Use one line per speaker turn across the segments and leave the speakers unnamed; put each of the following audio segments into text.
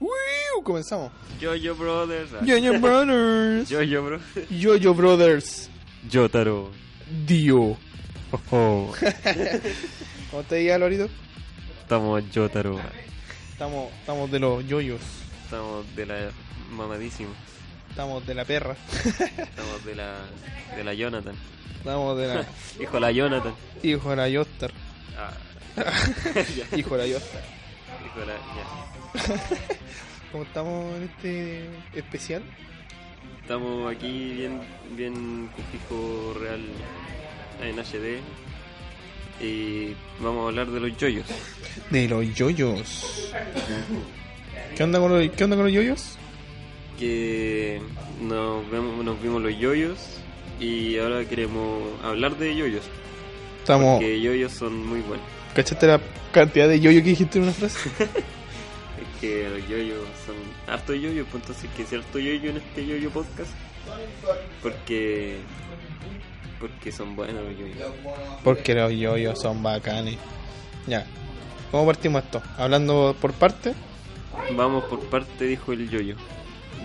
¡Wiu! Comenzamos.
Yo, yo, brothers.
Yo, yo, Brothers.
Yo, yo, bro.
Yo, yo, Brothers.
Yo, Taro.
Dio.
Oh,
¿Cómo te diga, Lorito?
estamos yo, Taro.
Estamos, estamos de los yoyos.
Estamos de la mamadísima.
Estamos de la perra.
Estamos de la, de la Jonathan.
Estamos de la.
Hijo, la Jonathan.
Hijo de la Yoster.
Ah, ya,
Hijo de la Yoster.
hijo de la, ya.
¿Cómo estamos en este especial?
Estamos aquí bien, bien cufijo real en HD. Y vamos a hablar de los yoyos.
De los yoyos. ¿Qué onda con los, qué onda con los yoyos?
que nos, vemos, nos vimos los yoyos y ahora queremos hablar de yoyos.
Estamos.
Que yoyos son muy buenos.
¿Cachaste la cantidad de yoyo que dijiste en una frase?
Es que los yoyos son harto yoyo, pues entonces que sea harto yoyo en este yoyo podcast. Porque. Porque son buenos los yoyos.
Porque los yoyos son bacanes. Ya. ¿Cómo partimos esto? ¿Hablando por parte?
Vamos por parte, dijo el yoyo.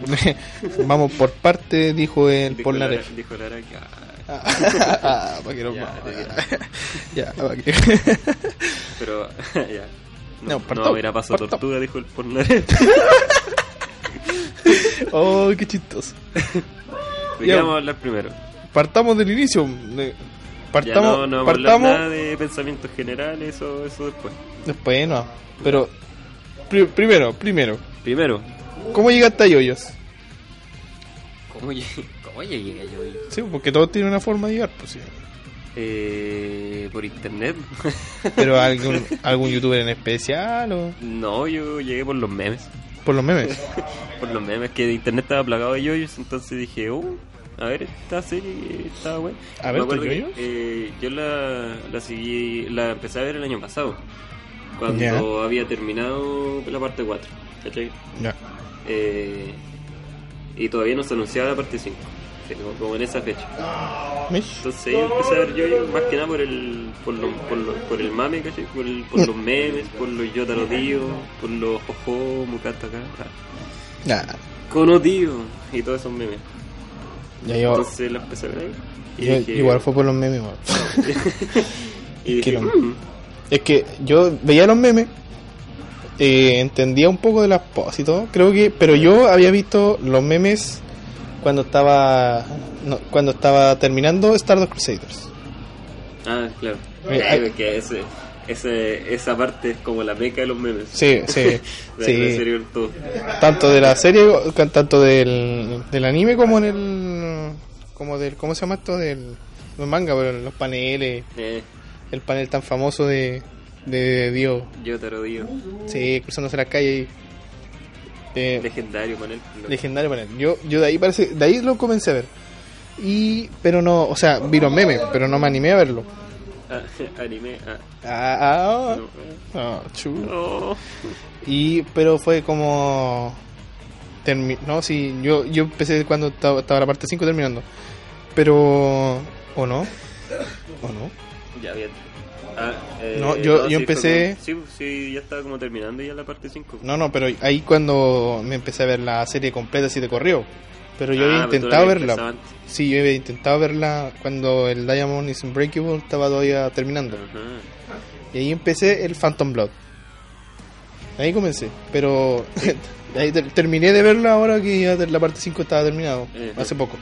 Vamos por parte, dijo el
Dijo la-
Polnareff.
Dijo la Ara que, ah,
Ah, pa' que no-
Ya,
Ya,
te quiero.
pa' que-
Pero, ya.
No,
No, no,
partó,
habrá paso
partó.
tortuga, dijo el Polnareff.
Oh, qué chistoso.
¿De
Ya.
qué vamos a hablar primero?
Partamos del inicio. de-
Ya
Partamos,
no, no vamos a hablar
partamos
nada de pensamientos generales, eso, eso después.
después, no. Pero pri- primero, primero,
Primero,
¿cómo llegaste a yoyos?
¿cómo llegué, cómo llegué a yoyos?
Sí, porque todos tienen una forma de llegar, pues sí.
Eh, por internet.
Pero algún algún youtuber en especial o
no, yo llegué por los memes.
por los memes.
Por los memes que de internet estaba plagado de yoyos, entonces dije, oh, a ver, esta serie está buena.
A ver,
Me acuerdo
¿tus
que,
yoyos?
eh, yo la, la seguí, la empecé a ver el año pasado, cuando
Ya.
había terminado la parte 4, ¿cachai?
Ya.
Eh, y todavía no se anunciaba la parte 5, como en esa fecha.
Mish.
Entonces yo empecé a ver yo más que nada por el, por los- por los- por el mame, ¿cachai? Por, el- por los memes, por los yo te lo digo, por los ojo, mucata acá,
Ya.
cono tío y todos esos memes.
Ya yo,
Entonces lo empecé a ver ahí. Y
Oh. yo-
dije-
igual fue por los memes. weón.
y dije,
que lo-
"Mm,
Es que yo veía los memes, eh, entendía un poco de las poses y todo, creo que, pero yo había visto los memes cuando estaba no, cuando estaba terminando Stardust Crusaders.
Ah, claro.
Eh,
Ay,
ah.
que ese, ese, esa parte es como la meca de los memes.
Sí, sí,
De- de
sí.
serio, el todo.
Tanto de la serie, tanto del, del anime como en el como del cómo se llama esto del no es manga, pero en los paneles,
Eh,
el panel tan famoso de de Dios,
yo te lo digo.
sí, cruzándose la calle y eh,
Legendario con él. Lo-
Legendario panel. Yo, yo de ahí parece, de ahí lo comencé a ver. Y pero no, o sea, vi los memes, pero no me animé a verlo.
Ah, anime. Ah,
Ah, ah,
no. eh. Oh.
ah, chu.
No.
Y pero fue como termi- no, sí, yo yo empecé cuando estaba, estaba la parte 5 terminando. Pero o no? ¿O no?
Ya, bien. Ah, eh,
No, yo- yo
sí, fue
empecé-
como- sí, pues, sí, ya estaba como terminando ya la parte 5.
No, no, pero ahí cuando me empecé a ver la serie completa así de corrió. Pero
Ah,
yo
pues,
había intentado verla. Sí, yo había intentado verla cuando el Diamond is Unbreakable estaba todavía terminando. Y ahí empecé el Phantom Blood. Ahí comencé, pero ahí ter- terminé de verlo ahora que ya de- la parte 5 estaba terminado,
Ajá.
hace poco.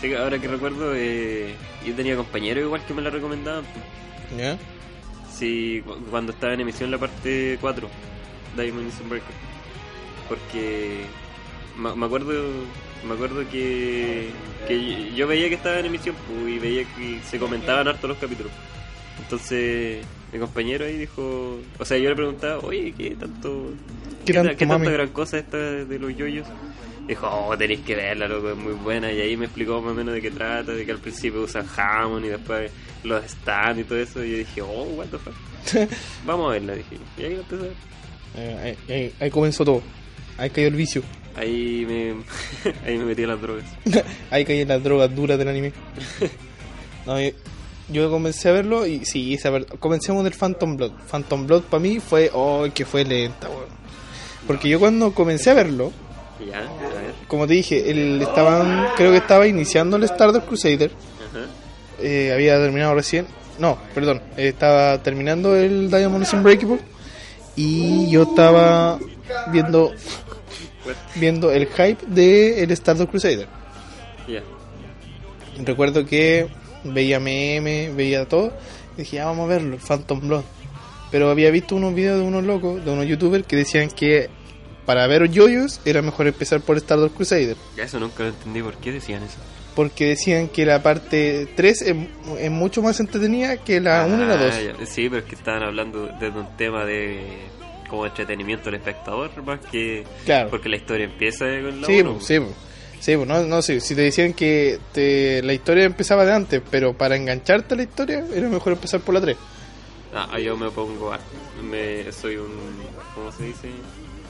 Sí, ahora que recuerdo, eh, yo tenía compañeros igual que me la recomendaban. pues.
¿Ya?
Sí, cu- cuando estaba en emisión la parte 4, Diamond is Unbreakable. Porque ma- me acuerdo me acuerdo que, que yo veía que estaba en emisión pues, y veía que se comentaban harto los capítulos. Entonces, mi compañero ahí dijo, o sea, yo le preguntaba, oye, ¿qué tanto, ¿Qué, tanto, ¿qué tanta gran cosa esta de los yoyos? Dijo, oh, tenéis que verla, loco, es muy buena. Y ahí me explicó más o menos de qué trata, de que al principio usan jamón y después los stands y todo eso. Y yo dije, oh, what the fuck. Vamos a verla, dije. Y ahí empezó.
Eh, ahí, ahí, ahí, comenzó todo. Ahí cayó el vicio.
Ahí me, ahí me metí en las drogas.
ahí caí en las drogas duras del anime. no, yo, yo, comencé a verlo y sí, comencemos del Phantom Blood. Phantom Blood para mí fue, oh, que fue lenta, weón. Porque yo cuando comencé a verlo,
ya, a ver.
Como te dije, él estaban, creo que estaba iniciando el Stardust Crusader. Ajá. Eh, había terminado recién. No, perdón, eh, estaba terminando el Diamond is Unbreakable y yo estaba viendo viendo el hype de el Stardust Crusader.
Yeah.
Recuerdo que veía meme, veía todo, y dije, "Ya ah, vamos a verlo, Phantom Blood." Pero había visto unos videos de unos locos, de unos youtubers que decían que para ver yoyos era mejor empezar por Stardust Crusader.
Ya eso nunca lo entendí, ¿por qué decían eso?
Porque decían que la parte 3 es, es mucho más entretenida que la ah, 1 y la 2.
Ya. Sí, pero es que estaban hablando de, de un tema de como entretenimiento del espectador más que...
Claro.
Porque la historia empieza con la
sí, pues,
1.
Sí, sí, no, no sé, si te decían que te, la historia empezaba de antes, pero para engancharte a la historia era mejor empezar por la 3.
Ah, yo me opongo a... Me, soy un... ¿Cómo se dice?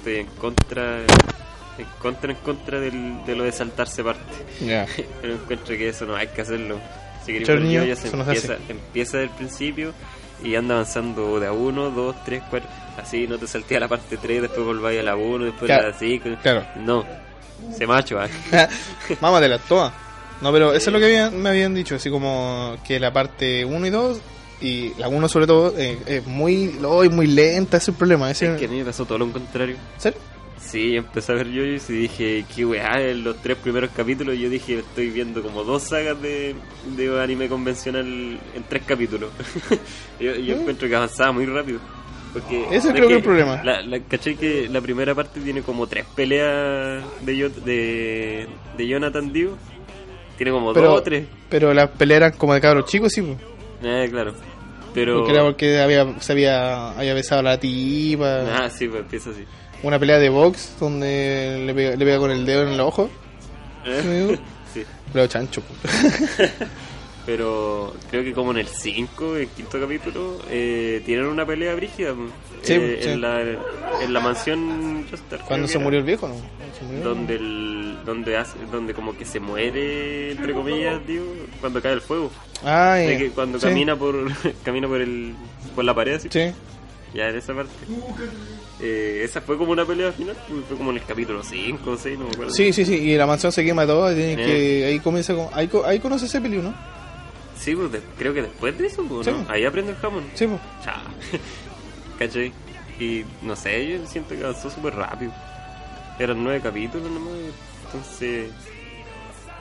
en contra en contra en contra del, de lo de saltarse parte
yeah.
pero encuentro que eso no hay que hacerlo si queréis ver yo ya se empieza, empieza del principio y anda avanzando de a 1, 2, 3, 4 así no te saltea a la parte 3 después volváis a la 1 después claro. a la 5
claro.
no se macho ¿eh?
mamá de la toa no pero eso es lo que había, me habían dicho así como que la parte 1 y 2 y la 1 sobre todo es eh, eh, muy oh, muy lenta ese es el problema ese...
es que a mí me pasó todo lo contrario
¿serio?
sí empecé a ver yo y dije qué weá en los tres primeros capítulos yo dije estoy viendo como dos sagas de, de anime convencional en tres capítulos yo, yo ¿Sí? encuentro que avanzaba muy rápido porque
Mm. ese creo que es el problema
la, la, caché que la primera parte tiene como tres peleas de yo, de, de Jonathan Dio tiene como
pero,
dos o tres
pero las peleas eran como de cabros chicos sí pues.
eh, claro pero...
Porque era porque había, se había, había besado a la tipa.
Ah, sí, pues empieza así.
Una pelea de box donde le pega, le pega con el dedo en el ojo.
¿Eh?
sí. Pero chancho. pues.
Pero creo que como en el 5, el quinto capítulo, eh, tienen una pelea brígida
sí,
eh,
sí.
En, la, en la mansión Justar,
Cuando se murió el viejo, ¿no?
Murió. Donde, el, donde, hace, donde como que se muere, entre comillas, digo, cuando cae el fuego.
Ah,
de que cuando
sí.
camina por camina por el por la pared así.
Sí.
Ya en esa parte. Eh, esa fue como una pelea final, pues, fue como en el capítulo 5 o 6, no me acuerdo.
Sí, sí, sí, y la mansión se quema todo, y eh. que ahí comienza con, ahí, ahí conoce ese peligro, ¿no?
Sí, pues de, creo que después de eso, pues, ¿no?
Sí.
Ahí aprende el jamón.
Sí, pues.
Chao. ¿Cachai? Y no sé, yo siento que avanzó súper rápido. Eran nueve capítulos nomás, entonces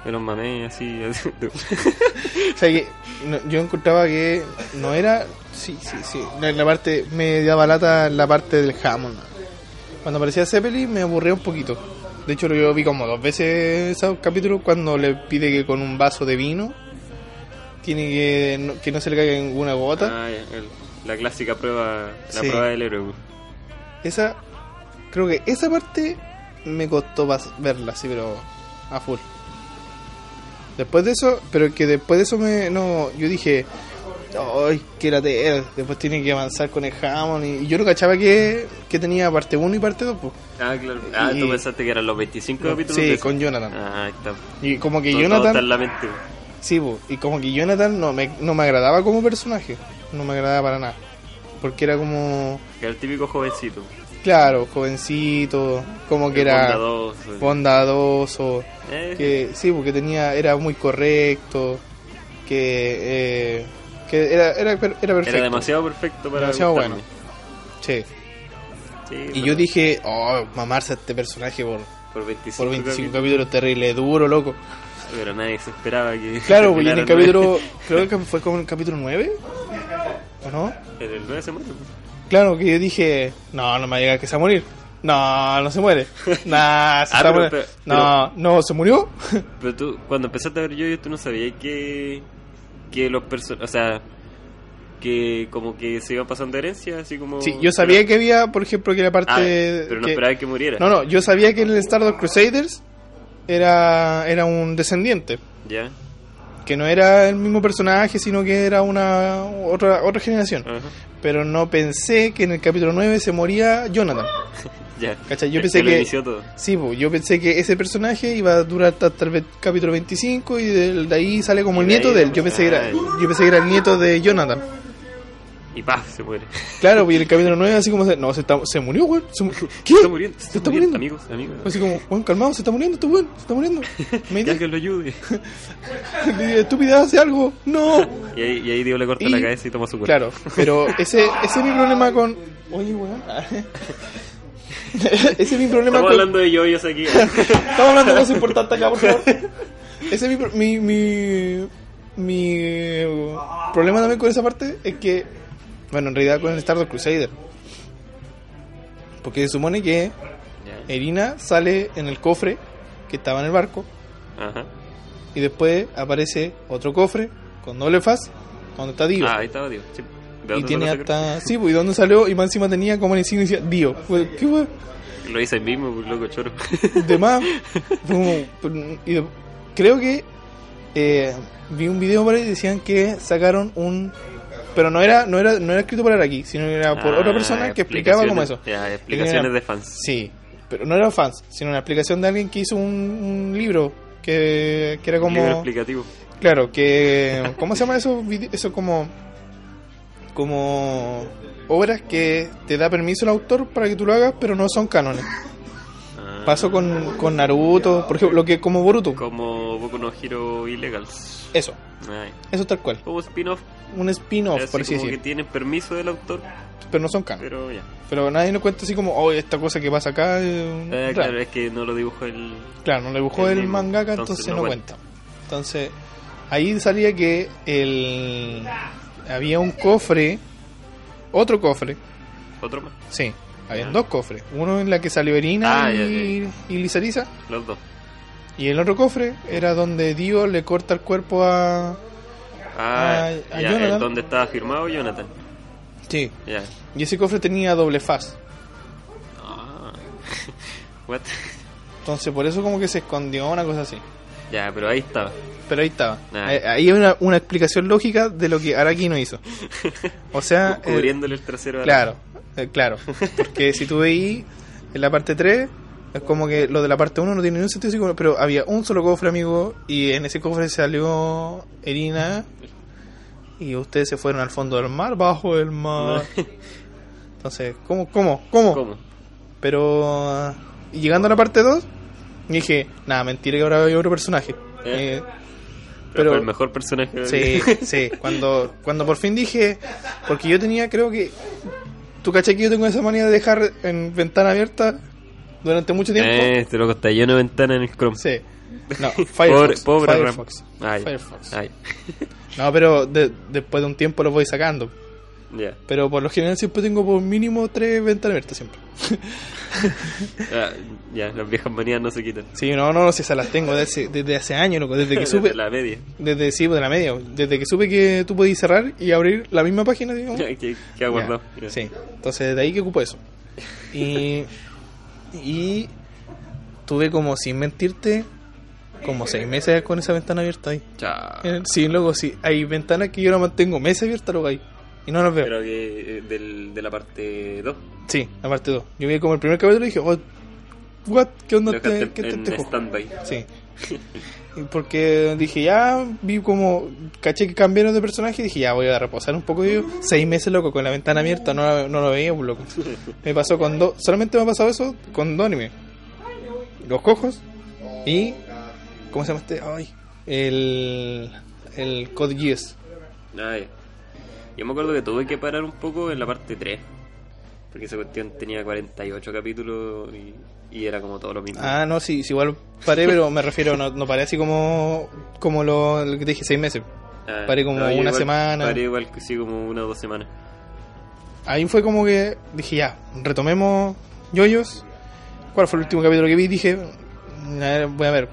me los mamé así. así.
o sea, que no, yo encontraba que no era. Sí, sí, sí. La, la parte me daba lata la parte del jamón. Cuando aparecía Zeppelin me aburría un poquito. De hecho, yo vi como dos veces esos capítulos cuando le pide que con un vaso de vino tiene que no, que no se le caiga ninguna gota.
Ah, el, la clásica prueba, la
Sí.
prueba del héroe.
Esa, creo que esa parte me costó pas- verla, sí, pero a full. Después de eso, pero que después de eso me, no, yo dije, ay, que la TL, después tiene que avanzar con el jamón y, y yo no cachaba que, que tenía parte 1 y parte 2, pues.
Ah, claro. Ah,
Y-
tú pensaste que eran los 25 capítulos.
Sí,
de eso?
con Jonathan.
Ah, ahí está.
Y como que
Todo- todo está en
Jonathan,
la mente.
sí, po, y como que Jonathan no me, no me agradaba como personaje, no me agradaba para nada, porque era como,
Que era el típico jovencito.
claro, jovencito, como que
el
era
bondadoso.
bondadoso
Eh,
que sí porque tenía era muy correcto que eh, que era era, per- era perfecto
Era demasiado perfecto para
Demasiado
gustarme.
bueno. Sí.
Sí,
y
pero
yo dije oh mamarse a este personaje por,
por 25,
por 25
capítulos.
capítulos terrible duro loco
Pero nadie se esperaba que.
claro porque en el capítulo
terminaran
creo que fue como en el capítulo 9 o no
En el 9 se muere. pues.
claro que yo dije no no me va a llegar que se va a morir no no se muere nah, se
Ah,
está
pero-
muer-
pero-
no no se murió
Pero tú, cuando empezaste a ver yo, tú no sabías que. que los personajes. O sea. que como que se iban pasando herencias, así como...
Sí, yo sabía pero, que había, por ejemplo, que la parte... Ah,
pero no
que,
esperaba que muriera.
No, no, yo sabía que en el Stardust Crusaders era, era un descendiente.
Ya.
Que no era el mismo personaje, sino que era una otra, otra generación.
Ajá.
Pero no pensé que en el capítulo 9 se moría Jonathan.
ya.
¿Cachai? Yo pensé
Él
que...
inició todo.
Sí, pues, yo pensé que ese personaje iba a durar hasta tal vez capítulo 25 y de, de ahí sale como
Y
el
de
nieto
ahí
de él.
no-
Yo pensé, que
Ah,
era,
ya.
yo pensé que era el nieto de Jonathan.
Y pa, se muere. Se
Claro, pues, y el capítulo 9 así como... Se, no, se, está- se murió, güey. Se, mu- ¿Qué?
está muriendo.
Se está muriendo.
Amigos, amigos.
Así como, bueno, calmado, se está muriendo este weón, se está muriendo. Me
Que
dice,
alguien lo ayude.
estúpida, hace algo. No.
Y ahí, y ahí Dios le corta
Y-
la cabeza y toma su cuerpo.
Claro, pero ese, ese es mi problema con... Oye, weón. ese es mi problema con...
Estamos hablando de yoyos aquí.
Estamos hablando de cosas importantes acá, por favor. Ese es mi, pro- mi, mi, mi, eh, problema también con esa parte es que, bueno, en realidad con el Stardust Crusader. Porque se supone que
Ya.
Erina sale en el cofre que estaba en el barco
Ajá.
y después aparece otro cofre con doble faz donde está Dio.
Ah, ahí estaba Dios. Sí. ¿De
y
dónde
tiene
lo sacó?
hasta... Sí, pues, ¿y dónde salió? Y más encima tenía como en el signo y decía Dio. Fue, ¿Qué fue?
Lo hice ahí mismo, pues, loco choro.
de más. Fue como- y de- creo que eh, vi un video por ahí y decían que sacaron un pero no era no era no era escrito por Araki, sino que era por
Ah,
otra persona que explicaba como eso.
explicaciones- Ya, explicaciones de fans.
Sí, pero no era fans, sino una explicación de alguien que hizo un, un libro que, que era
Como... Libro
como
explicativo.
claro, que ¿cómo se llama eso? Vide- Eso como como obras que te da permiso el autor para que tú lo hagas, pero no son cánones.
Ah,
Pasó con, con Naruto, por ejemplo, lo que como Boruto.
Como Boku no Hero Illegals.
Eso,
Ay.
eso tal cual.
Como spin-off.
Un spin-off,
así
por así
como que
decir.
tienen permiso del autor,
Pero no son canon.
pero ya.
Pero nadie nos cuenta así como, oh, esta cosa que pasa acá. eh,
Eh,
claro.
claro, es que no lo dibujó el.
Claro, no lo dibujó
el
el,
mismo,
mangaka,
entonces
entonces
no
no,
cuenta.
cuenta. Entonces, ahí salía que el había un cofre, otro cofre,
Otro más.
sí. Habían
Ya.
dos cofres, uno en la que salió Erina
Ah, ya,
y, y Lizariza,
Los dos.
y el otro cofre era donde Dio le corta el cuerpo a...
Ah,
Ah, a
ya,
Jonathan.
el donde estaba firmado Jonathan.
Sí,
Ya.
Y ese cofre tenía doble faz.
Ah. What?
Entonces por eso como que se escondió una cosa así.
Ya, pero ahí estaba.
Pero ahí estaba.
Ah.
Ahí- Ahí hay una, una explicación lógica de lo que Araki no hizo. O sea, eh,
Cubriéndole el trasero a la-
claro, eh, claro. Porque si tú veí en la parte 3, es como que lo de la parte 1 no tiene ningún sentido, así como- pero había un solo cofre, amigo, y en ese cofre salió Erina y ustedes se fueron al fondo del mar, bajo el mar. Entonces, ¿cómo, cómo, cómo?
¿Cómo?
Pero ah, y llegando a la parte 2, dije, nada, mentira que ahora hay otro personaje.
Eh.
Eh,
Pero,
Pero-
fue el mejor personaje.
sí, sí, cuando, cuando por fin dije, porque yo tenía, creo que, tú caché que yo tengo esa manía de dejar en ventana abierta durante mucho tiempo.
Eh, este loco está lleno de ventanas en el Chrome.
Sí. No, Firefox.
pobre pobre
Firefox.
Ram. Ay,
Firefox.
ay.
No, pero de- después de un tiempo lo voy sacando.
Ya.
Pero por lo general siempre tengo por mínimo tres ventanas abiertas siempre.
Ah, ya, las viejas manías no se quitan.
Sí, no, no, no, si esas las tengo desde, desde hace años, loco, desde que
Desde
supe,
la media.
Desde sí, pues, de la media. Desde que supe que tú podías cerrar y abrir la misma página, digamos.
Ya, que, que ha
¿Eh? Ya,
guardado. Ya.
Sí. Entonces, de ahí que ocupo eso. Y, y tuve como, sin mentirte, como seis meses con esa ventana abierta ahí.
Chao.
Eh, Sí, luego sí. Hay ventanas que yo la mantengo meses abiertas, luego ahí. Y no las veo.
Pero que eh, del, de la parte 2.
Sí, la parte 2. Yo vi como el primer capítulo y dije, oh, what, ¿qué onda
Lo
este,
dejaste
qué te
en
este juego?
stand-by.
Sí. Y Porque dije, ya, vi como, caché que cambiaron de personaje y dije, ya, voy a reposar un poco. Yo, seis meses, loco, con la ventana abierta, no, la- no lo veía, pues, loco. Me pasó con dos, solamente me ha pasado eso con dos anime. Los cojos y, ¿cómo se llama este? Ay, el, el Code Geass.
Ah, ya. Yo me acuerdo que tuve que parar un poco en la parte 3. Porque esa cuestión tenía 48 capítulos y, y era como todo lo mismo.
Ah, no, sí, sí, igual paré, pero me refiero, no, no paré así como, como lo, lo que te dije, seis meses.
Ah,
paré como
yo
una
igual
semana.
Paré igual que sí, como una o dos semanas.
Ahí fue como que dije, ya, retomemos yoyos. ¿Cuál fue el último capítulo que vi? Dije, "Mm, a ver, voy a ver.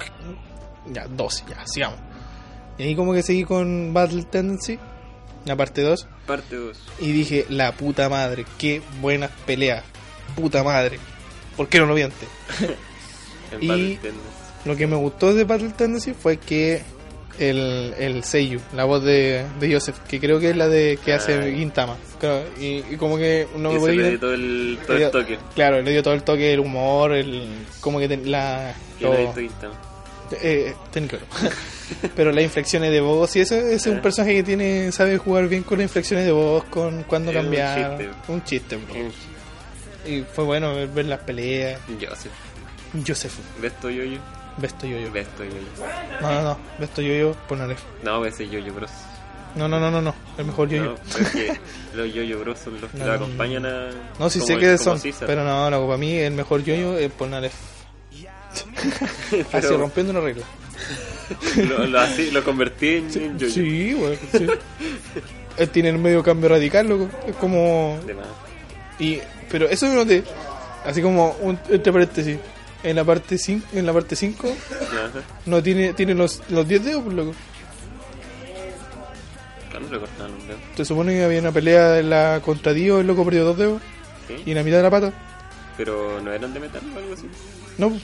Ya, dos, ya, sigamos. Y ahí como que seguí con Battle Tendency. La parte 2.
Parte 2.
Y dije, la puta madre, qué buenas peleas. Puta madre. ¿Por qué no lo vi antes? y lo que me gustó de Battle Tendency fue que el, el Seiyu, la voz de, de Joseph, que creo que es la de que ah. hace Gintama. Claro, y, y, como que no me
podía. Le dio todo el, todo
Eh,
dio, el toque.
Claro, le dio todo el toque, el humor, el. como que ten, la.
Lo, Gintama?
Eh, ten claro. Pero las inflexiones de voz, y eso ese es un personaje que tiene sabe jugar bien con las inflexiones de voz, con cuándo es cambiar. Un chiste. Un chiste, bro. Un chiste. Y fue bueno ver, ver las peleas.
Joseph.
Joseph.
Besto Yoyo.
Besto Yoyo.
Besto Yoyo.
No, no, no. Besto Yoyo, ponele.
No, ese Yoyo Bros.
No, no, no, no, no. El mejor Yoyo.
No, pero es que los Yoyo Bros son los que no, lo acompañan a.
No, sí sé el, que son. César. Pero no, no, para mí el mejor Yoyo es Ponalef. Así rompiendo una regla.
lo, lo, así, lo convertí en,
sí,
en Yoyo.
Sí, güey. Sí. Él tiene el medio cambio radical, loco. Es como.
De más.
Y, pero eso me noté. Así como, un, entre paréntesis en la parte 5 en la parte 5 no tiene tiene los los 10 dedos por loco
¿Cuándo le cortaron un dedo?
Se supone que había una pelea en la contra Dio, el loco perdió dos dedos
¿Sí?
y en la mitad de la pata.
Pero no eran de metal o algo así.
No. pues.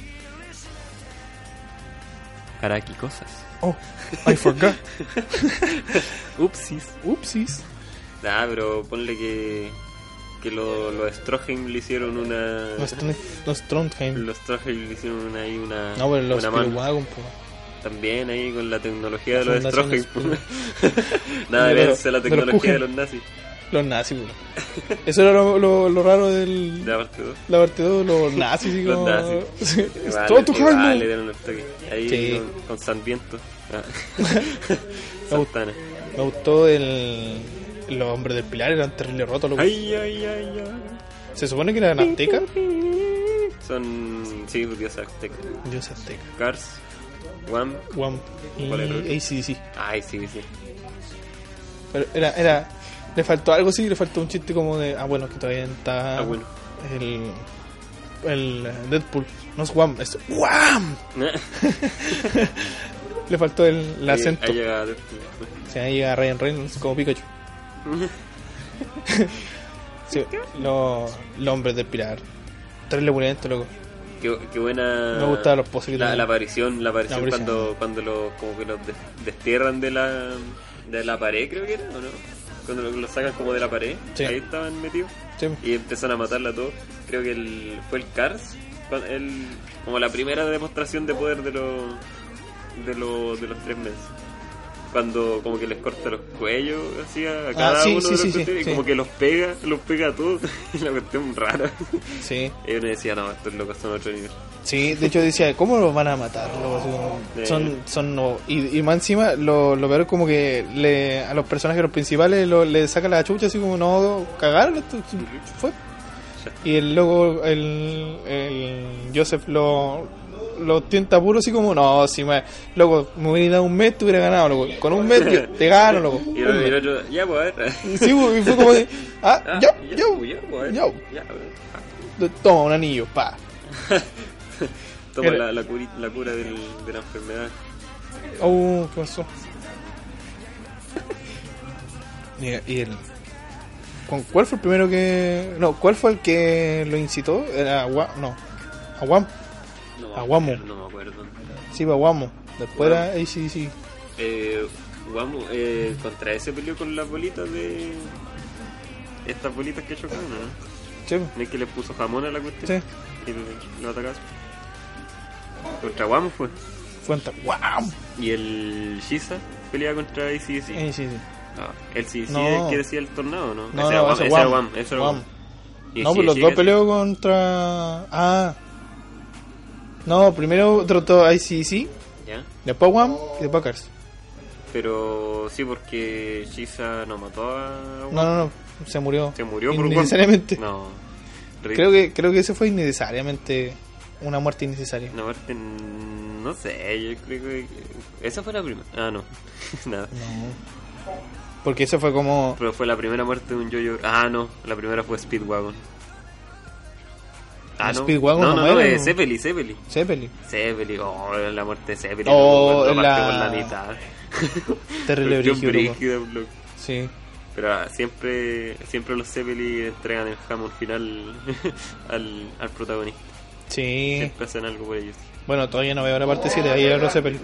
Araki cosas.
Oh, I forgot.
Upsis. Eh.
Upsis.
Nah, Ah, pero ponle que que los lo Stroheim le hicieron una.
Los, los Trondheim.
Los Stroheim le hicieron una, ahí una.
No, pero los
una
mano.
También ahí con la tecnología de los Stroheim. Nada, de verse la tecnología de los, nazis.
Los nazis, bro. Eso era lo, lo, lo raro del.
De la parte 2.
La parte 2, los nazis.
los
como...
nazis.
sí. vale, tu
vale, dieron el toque. Ahí sí. con, con San Viento. Ah.
Santana. Me gustó el los hombres del pilar eran terrible rotos. Los...
Ay, ay, ay,
¿Se supone que eran aztecas?
Son, sí, dioses aztecas.
Dioses aztecas.
Cars, Wham.
Wham. Y ACDC.
Ah, ACDC.
Pero era, era... Le faltó algo, sí, le faltó un chiste como de... Ah, bueno, que todavía está...
Ah, bueno.
El... El eh, Deadpool. No es Wham, es Wham. le faltó el, el acento.
Ahí, ahí llega Deadpool.
Sí, ahí llega Ryan Reynolds como Pikachu. sí, los lo hombres del pilar. Tres lepulentos, loco.
Qué, qué, buena.
Me gustaban los pozos
la, la, aparición, la aparición, la aparición cuando, cuando los, como que los destierran de la, de la pared, creo que era, ¿o no? Cuando los lo sacan como de la pared,
sí.
ahí estaban metidos.
Sí.
Y empiezan a matarla a todos. Creo que el, fue el Cars, el, como la primera demostración de poder de los, de, los, de los tres meses cuando como que les corta los cuellos así a cada
ah, sí,
uno
sí,
de
sí,
los cuestiones, y como que los pega, los pega a todos, la cuestión rara.
Sí.
Y uno decía, no, estos locos son otro nivel.
Sí, de hecho decía, ¿cómo los van a matar? Los, son, son no. y, y, más encima, lo, lo peor es como que le, a los personajes, los principales, lo, le saca la chucha así como, no, cagaron, esto fue. Y el loco, el, el Joseph lo, lo tienta puro así como, no, si me, loco, me hubiera dado un mes, te hubiera ganado, loco. Con un mes yo, te gano, loco.
Y el, el otro, ya, pues.
Sí, y fue como de, ah, ah yo, yo, yo, yo,
pues.
yo. Toma un anillo, pa.
Toma la, la, cura, la cura del, de la enfermedad.
Oh, ¿qué pasó? Mira, y el... ¿Con cuál fue el primero que...? No, ¿cuál fue el que lo incitó? Era Agua... No. Aguam.
No,
Aguamo.
No me acuerdo.
Sí, Aguamo. Después era ACDC.
Eh, Guamo, eh, contra ese peleó con las bolitas de. Estas bolitas que chocaban, ¿no?
Sí.
Es que le puso jamón a la cuestión.
Sí.
Y lo, atacaron. Contra Guamo fue.
Fue contra Guamo.
Y el Shiza peleaba contra ACDC.
ACDC.
No, Ah, el
Eh.
CDC
No.
es que decía el tornado, ¿no?
No,
ese era
no,
Guam,
ese
ese era
Guam.
Guam, ese era Guam.
Guam.
Y el
No, pues los
CDC
dos
que-
peleó contra. Ah. No, primero trató a ICC,
¿Ya?
después Guam y después Cars.
Pero sí, porque Shiza no mató a Guam.
No, no, no, se murió.
Se murió por Guam.
Innecesariamente.
No. Ri-
Creo que creo que ese fue innecesariamente una muerte innecesaria.
No, aparte, no sé, yo creo que... Esa fue la primera... Ah, no. Nada.
No. Porque eso fue como
Pero fue la primera muerte de un yo-yo... Ah, no. La primera fue Speedwagon. Ah,
No,
no.
Speedwagon
no,
no
no, no,
muere,
eh,
no.
Zeppeli, Zeppeli.
Zeppelin.
Zeppeli. Oh, la muerte de Zeppeli.
Oh,
no, cuando
la-
partió por la mitad.
Terrible
Cuestión
brígido, loco.
brígida, loco.
Sí.
Pero ah, siempre siempre los Zeppeli entregan el jamón final al, al protagonista.
Sí.
Siempre hacen algo por ellos.
Bueno, todavía no veo la parte 7, ahí hay otro Zeppeli.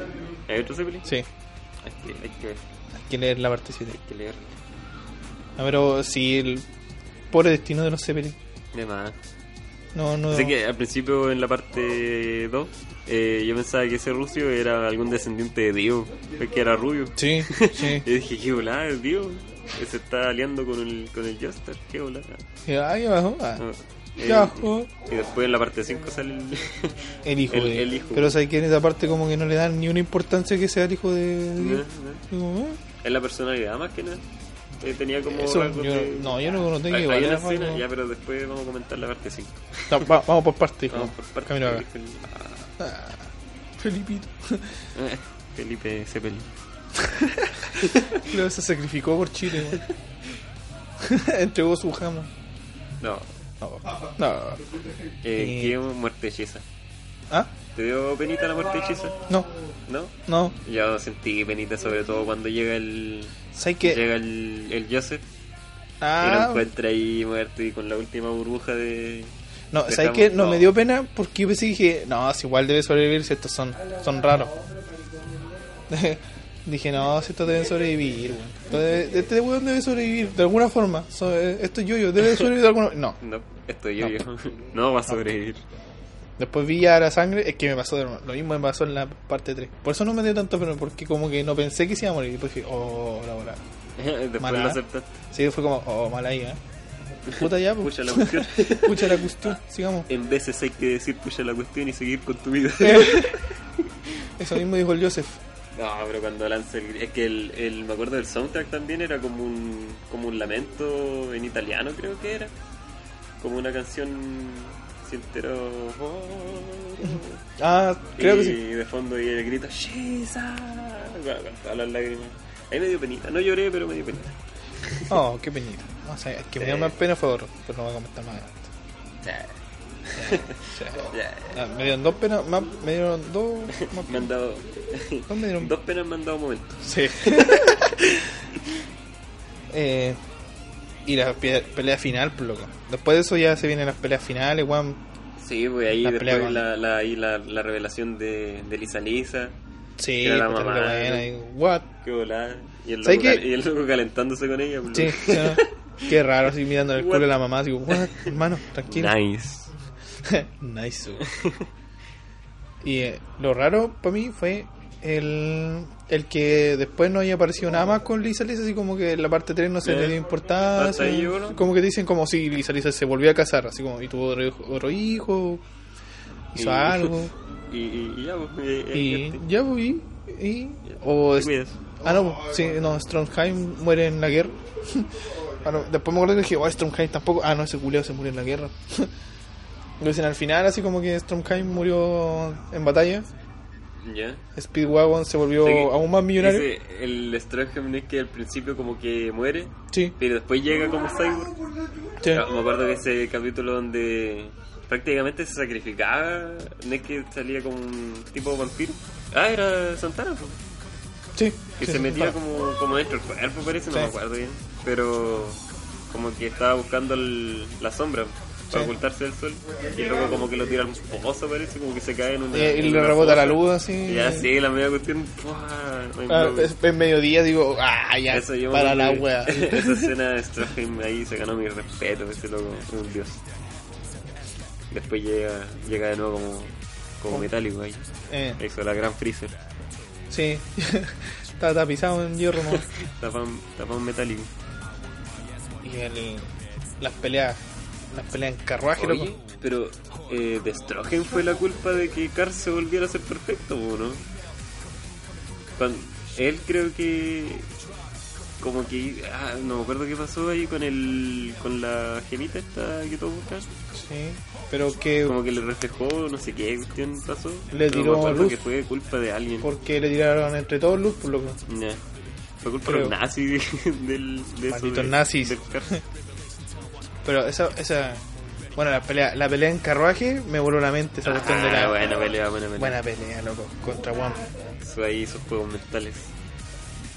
¿Hay otro Zeppeli?
Sí.
Hay que, hay que ver,
Hay que leer la parte 7.
hay que leer.
No, pero sí, el pobre destino de los Zeppeli.
De más.
No, no.
Sé que al principio en la parte 2 eh, yo pensaba que ese rucio era algún descendiente de Dio, que era rubio.
Sí, sí.
Y dije, qué volada, Dio. Se está aliando con el, con el Joestar, qué volada.
Y Ahí abajo. ah,
Ah,
qué abajo.
y después en la parte 5 sale el,
El hijo
el-
de.
el hijo.
Pero sabes que en esa parte como que no le dan ni una importancia que sea el hijo de.
Ajá.
Como, ¿eh?
Es la personalidad más que nada. Eh, tenía como.
Eso,
rasgos
yo-
de-
no, yo no noté
Hay-
que
hay
igual
una
era
escena,
como-
ya, pero después vamos a comentar la parte 5.
No, va- vamos por parte, hijo.
Vamos por parte.
Camino acá.
Felipe,
Felipito.
eh, Felipe Zeppelin.
Claro, se sacrificó por Chile, weón. Entregó su jama.
No,
No. No.
eh,
Eh.
que muerte hechiza.
¿Ah?
¿Te dio penita la muerte hechiza?
No.
¿No?
No.
Yo sentí penita sobre todo cuando llega el.
¿Sabes qué?
Llega el, el Joseph y lo
Ah.
encuentra ahí muerto y con la última burbuja de.
No,
dejamos-
¿sabes qué? No,
no.
me dio pena porque yo pensé que dije, no, si igual debe sobrevivir si estos son, son raros. dije, no, si estos deben sobrevivir, weón. Estos debe- Este weón debe sobrevivir de alguna forma. So- eh, estos yoyos deben sobrevivir de alguna No.
No, estoy yo, yo. No va a sobrevivir.
Después vi ya la sangre, es que me pasó de nuevo. lo mismo me pasó en la parte 3. Por eso no me dio tanto pena, porque como que no pensé que se iba a morir. Y después dije, oh, la bola.
Después
Mala.
lo aceptaste.
Sí, fue como, oh, mala idea. Puta ya, pues.
Pucha la cuestión.
Pucha la cuestión, sigamos.
En veces hay que decir pucha la cuestión y seguir con tu vida.
Eso mismo dijo el Joseph.
No, pero cuando lanza el... Es que el, el- me acuerdo del soundtrack también era como un, como un lamento en italiano, creo que era. Como una canción sin entero...
Ah, creo
y
que sí.
de fondo y el grito ¡Shisa! Bueno, con todas las lágrimas. Ahí me dio penita. No lloré, pero me dio penita.
Oh, qué penita. O sea, el que me dio
Sí.
más pena fue otro, pero no voy a comentar más adelante. O sea, ah, me dieron dos penas, más, me dieron dos más
Me han
penas.
dado...
Dos me dieron
Dos penas me han dado momentos.
Sí. eh, y la pie- pelea final, pues, loco. Después de eso ya se vienen las peleas finales, weón.
Sí, pues ahí
La pelea
después
con-
la, la, ahí la, la revelación de, de Lisa Lisa.
Sí,
Era la
puta,
mamá.
la buena, y what?
Qué volada. Y el,
¿Sabes
loco,
qué?
cal- y el loco calentándose con ella. pues,
Sí,
loco.
sí, ¿no? Qué raro, así mirando el
What?
culo de la mamá, digo, what, hermano, tranquilo.
Nice.
nice. weón. y eh, lo raro para mí fue el, el que después no haya aparecido nada más con Lisa Lisa, así como que en la parte 3 no se
Eh,
le dio
hasta
importancia.
ahí llegó, ¿no?
Como que dicen como si Lisa Lisa se volvió a casar, así como, y tuvo otro hijo, otro hijo, hizo
Y-
algo,
Y, y, y ya, pues. eh, eh,
y
este.
ya voy. Y, o
Te
es-
cuidas.
Ah, no, sí, no, Stromheim muere en la guerra. Ah, no, después me acuerdo que dije, oh, Stromheim tampoco. Ah, no, ese culeo se murió en la guerra. Lo dicen al final, así como que Stromheim murió en batalla.
Ya.
Speedwagon se volvió
O sea que
aún más millonario.
ese- el Strongheim es que al principio como que muere,
Sí,
pero después llega como cyborg.
sí.
Ah, Me acuerdo que ese capítulo donde prácticamente se sacrificaba, no es que salía como un tipo vampiro. Ah, era Santana. pues.
sí, Ah,
Que
sí,
se
sí,
metía
para.
como, como dentro del cuerpo, parece, no
Sí.
me acuerdo bien. Pero como que estaba buscando el- la sombra para
Sí.
ocultarse del sol. Y luego como que lo tira al pozo, parece, como que se cae en una...
Eh, y
en
le
una
rebota la
fosa.
luz, así.
Y así, la media cuestión... ¡pua! Ay,
Ah,
no,
es- en mediodía digo, ah, ya,
eso yo me
para la
acuerdo que-
wea.
Esa escena de Stratham ahí se ganó mi respeto, ese loco, es un dios. Después llega, llega de nuevo como,
Oh.
como metálico ahí.
Eh,
Eso, la gran freezer.
sí, está tapizado en hierro, ¿no?
Tapón, tapón metálico.
Y el- las peleas, las peleas en carruaje,
Oye,
loco.
pero eh, de Strogen fue la culpa de que Carl se volviera a ser perfecto, ¿o ¿no? Cuan- él creo que como que ah, no me acuerdo qué pasó ahí con el con la gemita esta que todos buscan
Sí, pero que
como que le reflejó no sé qué cuestión pasó
Le
Pero
tiró
me acuerdo
luz.
que fue culpa de alguien
porque le tiraron entre todos luz, por loco.
Ya. fue culpa
Creo.
de los nazis de- del de eso
Malditos
de-
nazis.
del Carl.
Pero esa, esa bueno, la pelea, la pelea en carruaje me voló la mente esa cuestión de la
Ah, buena pelea buena pelea
buena pelea, loco, contra Juan.
Eso ahí esos juegos mentales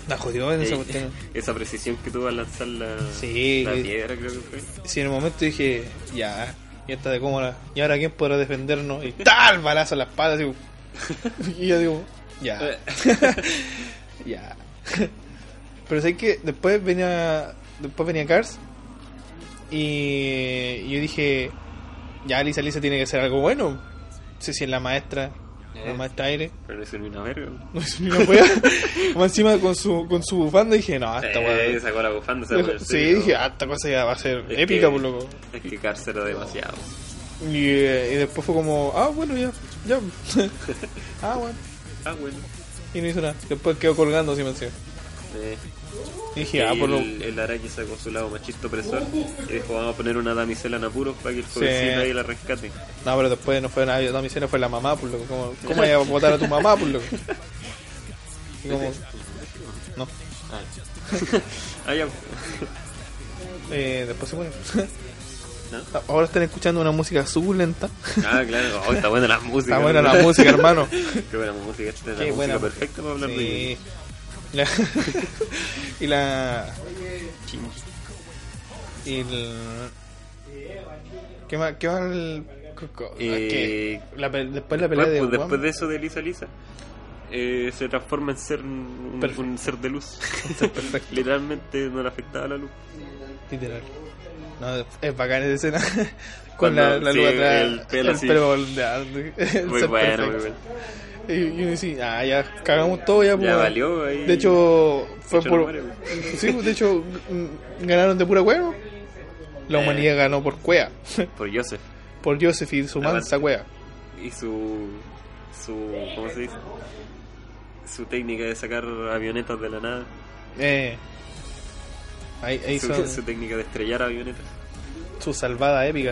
La jodió en esa cuestión.
Esa precisión que tuvo al lanzar la,
Sí,
la
que-
piedra, creo que fue.
Si en el momento dije, ya, ya está de cómoda. ¿Y ahora quién podrá defendernos? Y tal, balazo a la espada. así como- y yo digo,
Eh.
ya, ya. Pero sé que después venía, después venía Cars. Y yo dije, ya, Lisa Lisa tiene que hacer algo bueno. No sé si es la maestra, la
Eh.
maestra aire.
Pero no sirvió una verga.
No es ni una wea. Como encima con su, con su bufanda dije, no, hasta
Eh, sacó la bufanda, se va a poner
Sí,
serio.
dije, ah, esta cosa ya va a ser
Es
épica,
que-
por loco.
Es que cárcel demasiado.
Y, eh, y después fue como, ah, bueno, ya, ya. ah, bueno.
Ah, bueno.
Y no hizo nada. Después quedó colgando así, me decía.
Eh,
Y dije, ah,
y
por lo.
el, el araña sacó su lado machista opresor y dijo, vamos a poner una damisela en apuros para que el jovencito ahí la rescate.
No, pero después no fue nada, yo también fue la mamá, por loco. ¿Cómo, cómo iba a votar a tu mamá, por loco? Y como, no.
Ah, Ah, ya.
Eh, después se muere.
¿No?
Ahora están escuchando una música suculenta.
Ah, claro. Oh, está buena la música.
Está buena la música, hermano.
Qué buena música. Esta es la
Qué
música
buena.
perfecta para hablar
Sí.
de
La- y la.
Chimos.
Y el... ¿Qué más? ¿Qué más? El...
Eh,
¿Qué? La pe- después la pelea
Bueno,
de
pues, después
Wam-
de eso de Lisa Lisa, eh, se transforma en ser un, un-
Perfecto.
un ser de luz.
perfecto.
Literalmente no le afectaba la luz.
Literal. No, es bacán esa escena. Con
Cuando-
la, la luz
sí,
atrás.
el pelo así.
pelo volteado, el
Muy
ser
bueno, muy
perfecto.
bueno.
Y, y uno dice, ah, ya cagamos todo, ya, pues,
valió, ahí-
De hecho, fue
hecho, no
por.
muere, pues.
sí, pues, de hecho, mm, ganaron de pura huevo. La
Eh.
humanidad ganó por cuea.
Por Joseph.
Por Joseph y su
La
mansa cuea.
Y su. su ¿Cómo se dice? Su técnica de sacar avionetas de la nada.
Eh. Ahí, ahí
Su,
son-
su técnica de estrellar avionetas.
su salvada épica.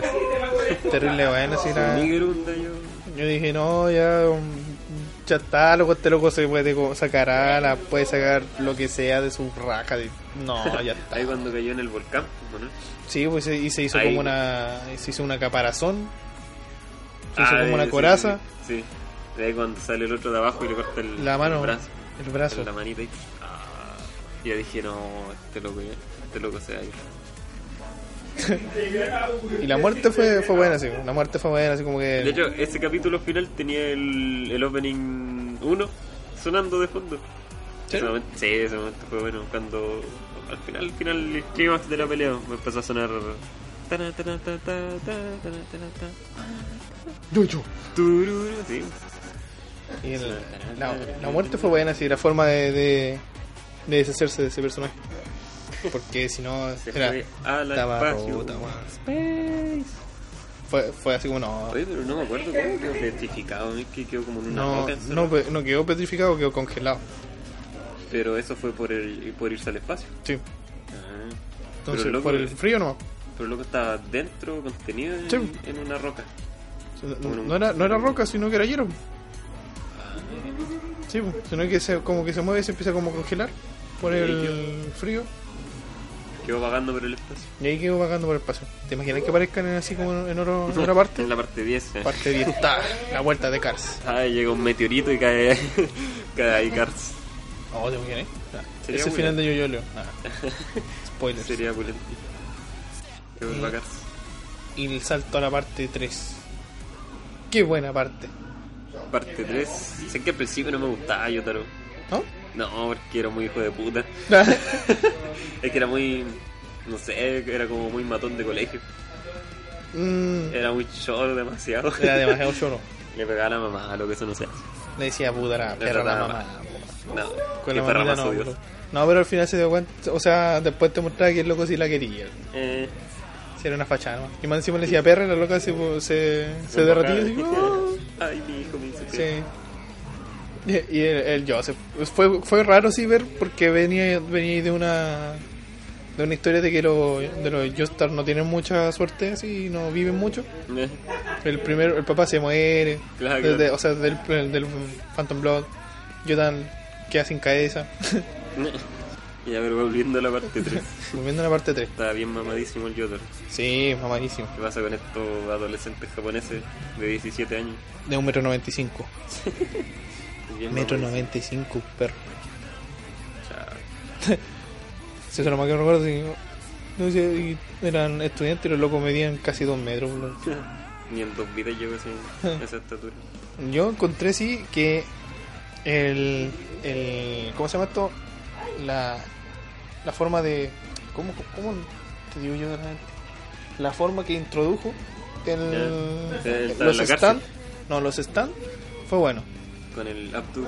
Terrible buena, si era.
Nigerunda, yo.
Yo dije, no, ya, mm, ya está, loco, este loco se puede co- sacar ala, puede sacar lo que sea de su raja. de- No, Ah, ya está.
Ahí cuando cayó en el volcán, ¿no?
Sí, pues y se hizo
Ahí.
como una. Se hizo una caparazón. Se hizo
Ah,
como una
sí,
coraza.
Sí, sí. De ahí cuando sale el otro de abajo y le corta el,
La mano.
el brazo.
El brazo.
Con la manita y. Ah, yo dije, no, este loco, ya- este loco se va a ir.
Y la muerte fue, fue buena, así. La muerte fue buena, así como
De
que.
hecho, ese capítulo final tenía el, el opening 1 sonando de fondo.
¿Sí?
Ese momento- sí, ese momento fue bueno. Cuando al final, al final, el clímax de la pelea me empezó a sonar. tana, tana, ta, ta, ta, tana, tana, ta,
Yuyu.
tururu, sí.
Y el- la, la muerte fue buena, así, la forma de, de, de deshacerse de ese personaje. Porque si no,
Se
era,
fue al
estaba
espacio.
rota, weón.
Space.
Fue, fue así como, no,
Oye, pero no me acuerdo cómo quedó petrificado. Es que quedó como en una
no,
roca.
no, pe- no quedó petrificado, quedó congelado.
Pero eso fue por, el, por irse al espacio.
Sí.
Ah.
Entonces,
pero el loco, eh.
por el frío no.
pero el loco estaba dentro, contenido en,
Sí.
en una roca.
No, no era, no era roca, sino que era hielo. Sí, po, sino que se, como que se mueve y se empieza como a congelar por el frío.
Quedó vagando por el espacio.
Y ahí quedó vagando por el espacio. ¿Te imaginas que aparezcan en, así como en, oro- en otra parte?
En la parte 10. eh.
Parte 10 está la vuelta de Cars.
Ah, llega un meteorito y cae, cae ahí Cars.
Oh, ¿te imaginas? Ah, ese
Sería
es el
muy
final de Yo-Yo Leo. Ah, spoilers.
Sería pulento. Que vuelva Cars.
Y el salto a la parte 3. Qué buena parte.
Parte 3. Sé que al principio no me gustaba Yotaro.
¿No?
No, porque era muy hijo de puta. es que era muy. No sé, era como muy matón de colegio.
Mm,
Era muy choro demasiado.
era demasiado choro.
Le pegaba a la mamá, lo que eso no se hace.
Le decía puta la perra la
trataba
mamá.
No,
Con
qué
la
perra
mamita
más
no.
odiosa.
bro. No, pero al final se dio cuenta. O sea, después te mostraba que el loco sí la quería.
Eh,
Si era una fachada nomás. Y más encima le decía perra y la loca se, se, se
me
derretía. así,
bajaba.
"Oh".
Ay, mi hijo me hizo que-
Sí. Y, y el, el Joseph. Pues Fue, fue raro sí ver porque venía, venía de una de una historia de que los de los Joestar no tienen mucha suerte así y no viven mucho.
Eh,
El primero, el papá se muere,
Claro,
desde-
claro.
o sea del, del Phantom Blood, Jotan queda sin cabeza.
Ya, pero volviendo a la parte 3.
Volviendo a la parte 3.
Está bien mamadísimo el Yotor.
Sí, mamadísimo.
¿Qué pasa con estos adolescentes japoneses de 17 años?
De un metro noventa y cinco.
Bien
Metro
mamadísimos.
noventa y cinco, perro.
Chao.
Eso es lo más que recuerdo. Y, no sé, y eran estudiantes y los locos medían casi dos metros. Bro.
Ni en dos vidas llego a esa estatura.
Yo encontré, sí, que el, el. ¿Cómo se llama esto? La, la forma de. ¿Cómo, cómo te digo yo? La forma que introdujo el, eh,
Ya, el-
los
la cárcel.
stand. No, los stand fue bueno.
Con el Aptu,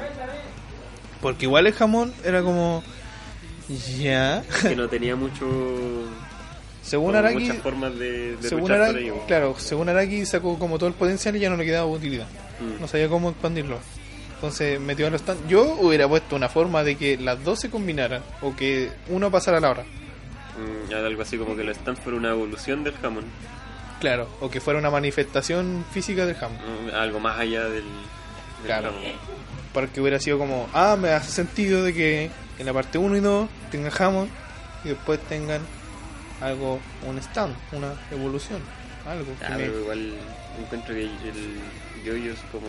Porque igual el jamón era como. Ya.
que no tenía mucho.
Según
como
Araki.
Muchas formas de, de
según
luchar por
Araki,
ello.
claro, según Araki sacó como todo el potencial y ya no le quedaba utilidad.
Mm.
No sabía cómo expandirlo. Entonces metió en los stand. Yo hubiera puesto una forma de que las dos se combinaran o que uno pasara la hora.
Mm, ya, algo así como que lo están por una evolución del jamón.
Claro, o que fuera una manifestación física del jamón.
Mm, algo más allá del. del
Claro.
jamón.
Para que hubiera sido como, ah, me hace sentido de que en la parte 1 y 2 tengan jamón y después tengan algo, un stand, una evolución. Algo que
Ah,
me-
pero igual encuentro que el Yoyos como.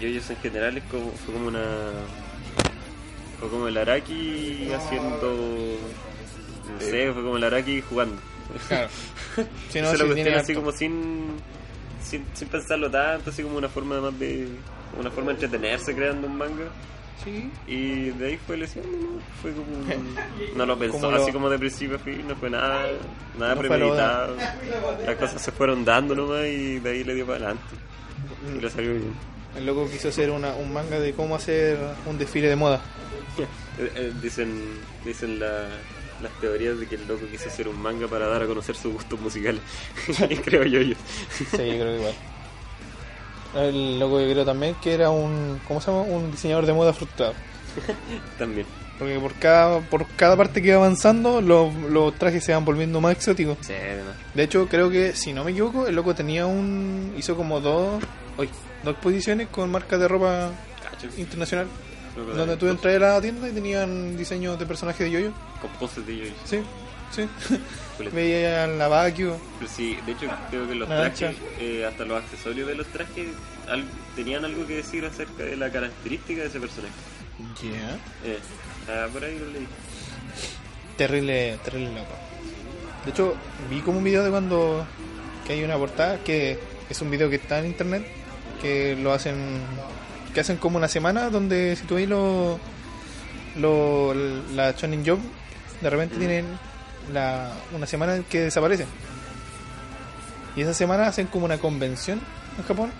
Yoyos en general es como, fue como una. Fue como el Araki haciendo. No sé, fue como el Araki jugando.
Claro. Si no,
Esa es
si
la cuestión
tiene
así
harto.
como sin, sin. sin pensarlo tanto, así como una forma más de. como una forma de entretenerse creando un manga.
Sí,
Y de ahí fue lesión, ¿no? fue como. No lo pensó,
Como lo-
así como de principio a fin, no fue nada, nada
No fue lo-
premeditado. Las cosas se fueron dando nomás y de ahí le dio para adelante. Y le salió
Mm.
bien.
el loco quiso hacer una, un manga de cómo hacer un desfile de moda.
Eh, eh, dicen dicen la- las teorías de que el loco quiso hacer un manga para dar a conocer sus gustos musicales. Creo yo. yo.
Sí, yo creo que igual. El loco yo creo también que era un, ¿cómo se llama? Un diseñador de moda frustrado.
También.
Porque por cada, por cada parte que iba avanzando, los, los trajes se van volviendo más exóticos.
Sí, además.
De hecho, creo que, si no me equivoco, el loco tenía un. hizo como dos.
Uy,
dos exposiciones con marcas de ropa
cacho.
internacional.
Loco,
Donde
también.
tú entras a la tienda y tenían diseños de personajes de yoyo.
Con poses de yoyos.
Sí, sí. pues,
Culeta.
Veía la Bakio.
Pero Pues sí, de hecho creo que los
Naranja.
trajes, eh, hasta los accesorios de los trajes, al- tenían algo que decir acerca de la característica de ese personaje.
Yeah.
Eh, ah, por ahí lo leí.
Terrible, terrible loco. De hecho, vi como un video de cuando. que hay una portada que es un video que está en internet. Que lo hacen. que hacen como una semana donde si tú veis lo. lo la Shonen Job, de
Mm.
repente tienen la, una semana en que desaparecen. Y esa semana hacen como una convención en Japón,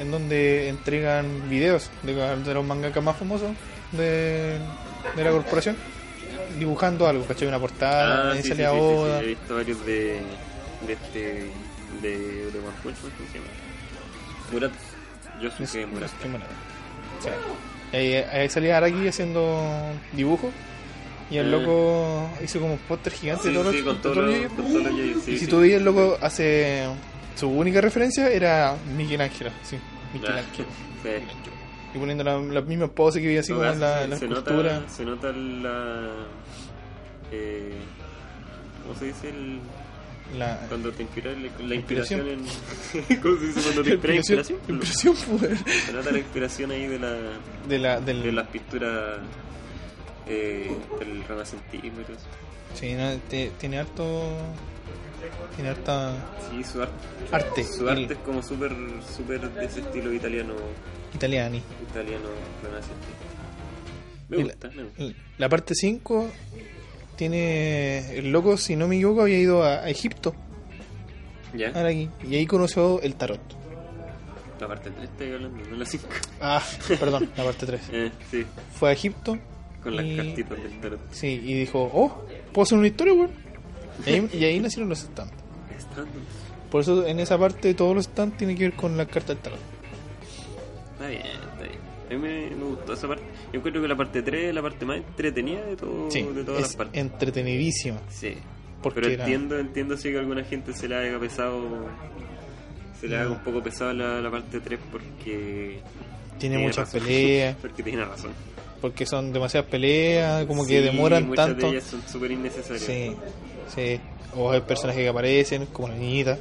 en donde entregan videos de, de los mangakas más famosos de, de la corporación, dibujando algo, ¿cachai? Una portada,
Ah,
ahí
sí, sí, sí,
salía Oda.
sí, sí, he visto varios de, de este, de, de One Punch Man, ¿cómo se llama? Murat, yo soy
Es-
que Murat.
es que Murat. Sí. Ahí, ahí salía Araki haciendo dibujos y el
Ah.
loco hizo como un póster gigante
Sí,
de todos
sí,
los-
con
de
todos
todos los
los-
yoyos.
con todos los yoyos, sí,
y si
sí.
tú veías el loco hace su única referencia era Miguel Ángel, sí, Miguel
Ah,
Ángel.
sí.
Y poniendo la- las mismas poses que veía así como en la, en la
se,
escultura.
nota, se nota la... Eh, ¿Cómo se dice? El,
La,
Cuando te inspiras, la, la
Inspiración.
inspiración en. ¿Cómo se dice cuando te inspiras? Inspiración.
impresión, pues,
Se nota la inspiración ahí de, la,
de la, del,
de las pinturas eh, del renacentismo y todo eso.
sí, no, te- tiene harto tiene harta
Sí, su arte.
arte,
Su arte es como súper, súper de ese estilo italiano,
italiani.
italiano renacentista. Me
Y la-
gusta, me gusta.
La parte 5 tiene. El loco, si no me equivoco, había ido a, a Egipto,
Ya,
ahora aquí, y ahí conoció el tarot.
la parte 3 estoy hablando, no la 5.
Ah, perdón, la parte 3.
Eh, sí,
Fue a Egipto.
con las
y-
cartitas del tarot.
Sí, y dijo, oh, puedo hacer una historia, weón. Y ahí, y ahí nacieron los stands.
Estando.
Por eso en esa parte todos los stands tienen que ver con la carta del tarot.
Uh, Está bien, está bien. A mí me, me gustó esa parte. Yo encuentro que la parte 3 es la parte más entretenida de, todo,
Sí,
de todas las
es
partes.
entretenidísima.
Sí.
Porque
Pero
era-
entiendo, entiendo sí que a alguna gente se le haga pesado. Se le haga un poco pesado la, la parte 3 porque.
Tiene muchas
razón.
peleas,
porque tiene razón.
porque son demasiadas peleas, como que
Sí,
demoran
muchas
tanto.
de ellas son súper innecesarias.
Sí, sí. O hay personajes que aparecen, como la niñita.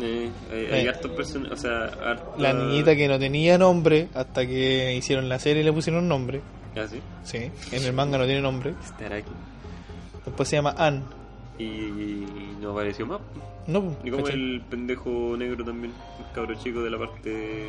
Eh, hay, hay
Eh.
hartos person- O sea, harta-
La niñita que no tenía nombre hasta que hicieron la serie y le pusieron nombre.
¿Ah, sí?
Sí, en el manga no tiene nombre.
Estará aquí.
Después se llama Ann.
Y no apareció más.
No,
Y como
¿cachai?
el pendejo negro también, el cabro chico de la parte.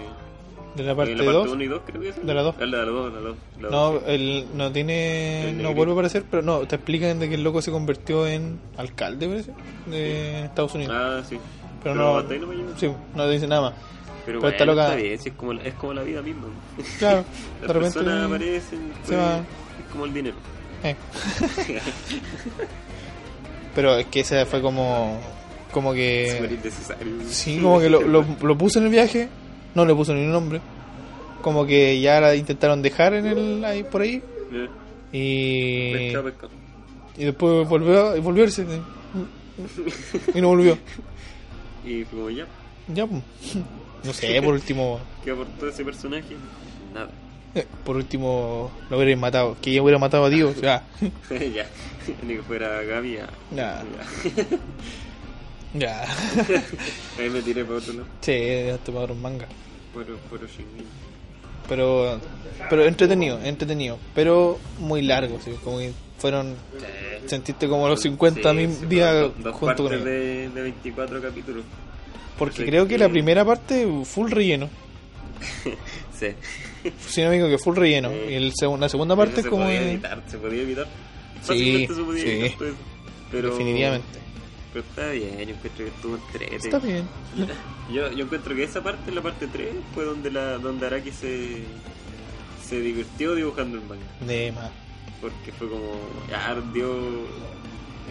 de la
de
parte
Eh, la parte
2.
1 y 2, creo que es.
De la dos.
Ah, la de la 2, la 2. La
No,
dos.
él no tiene.
El
No
negrito.
vuelve a aparecer, pero no, te explican de que el loco se convirtió en alcalde, parece, de Estados Unidos.
Ah, sí.
eh, pero
hasta ahí no me llevo.
no. Sí, no te dice nada más.
Pero,
pero
bueno,
está loca.
está bien, sí, es, como, la- es como la vida misma. ¿no?
Claro,
Las
de repente.
personas
se
aparecen,
Eh,
pues,
van.
es como el dinero.
eh. Pero es que ese fue como. Como
Súper
que.
innecesario.
Sí, como que lo, lo, lo puso en el viaje, no le puso ni un nombre. Como que ya la intentaron dejar en el, ahí, por ahí.
Eh,
Y.
pesca, pesca.
Y después volvió a volverse. ¿sí? Y no volvió.
Y fue como ya,
Ya, pues. no sé, por último.
¿qué aportó ese personaje? Nada.
eh, Por último, lo hubieran matado. Que ella hubiera matado a Dios. Ya,
ya, ni que fuera Gaby. Ya.
ya,
Ya.
ya.
Ahí me tiré para otro lado.
Sí, hasta para un manga.
Por, por Oshingi.
Pero, pero entretenido, entretenido. Pero muy largo, sí. Como que fueron. Sentiste como los 50
Sí,
mil
sí,
días
fueron dos- dos
junto con
partes
él.
de, de 24 capítulos.
Porque
sí,
creo que
sí.
la primera parte, full relleno.
Sí.
Sí, amigo, que full relleno.
Sí.
Y el segun- la segunda
Eso
parte es
se
como.
podía
de-
evitar, se podía evitar.
Sí,
Fácilmente se podía
sí.
evitar todo eso. Pero,
Definitivamente.
Pero está bien, yo encuentro que estuvo entrete.
Está bien.
Yo, yo encuentro que esa parte, la parte 3, fue donde la donde Araki se, se divirtió dibujando el manga.
De más.
Porque fue como, ah, dio,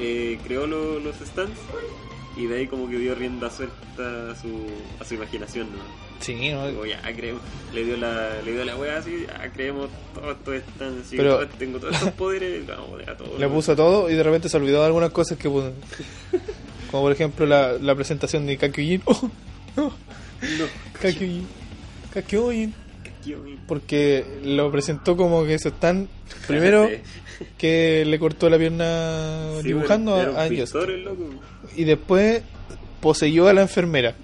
eh, creó lo- los stands y de ahí como que dio rienda suelta a su, a su imaginación. ¿no?
Sí, no,
Como, ya, creemos, le dio la, le dio la wea así, ah, creemos todos estos stands, así,
Pero-
todo- tengo todos estos poderes, vamos a todo.
Le puso todo y de repente se olvidó de algunas cosas que puso. Como por ejemplo la, la presentación de Kakyoin. Oh, no,
No,
Kakyoin. Kakyoin.
tío mío.
Porque lo presentó como que se están. Primero
Sí.
que le cortó la pierna
Sí,
dibujando
pero era
a,
un
a
pintor
Yosuke.
el loco.
Y después poseyó a la enfermera.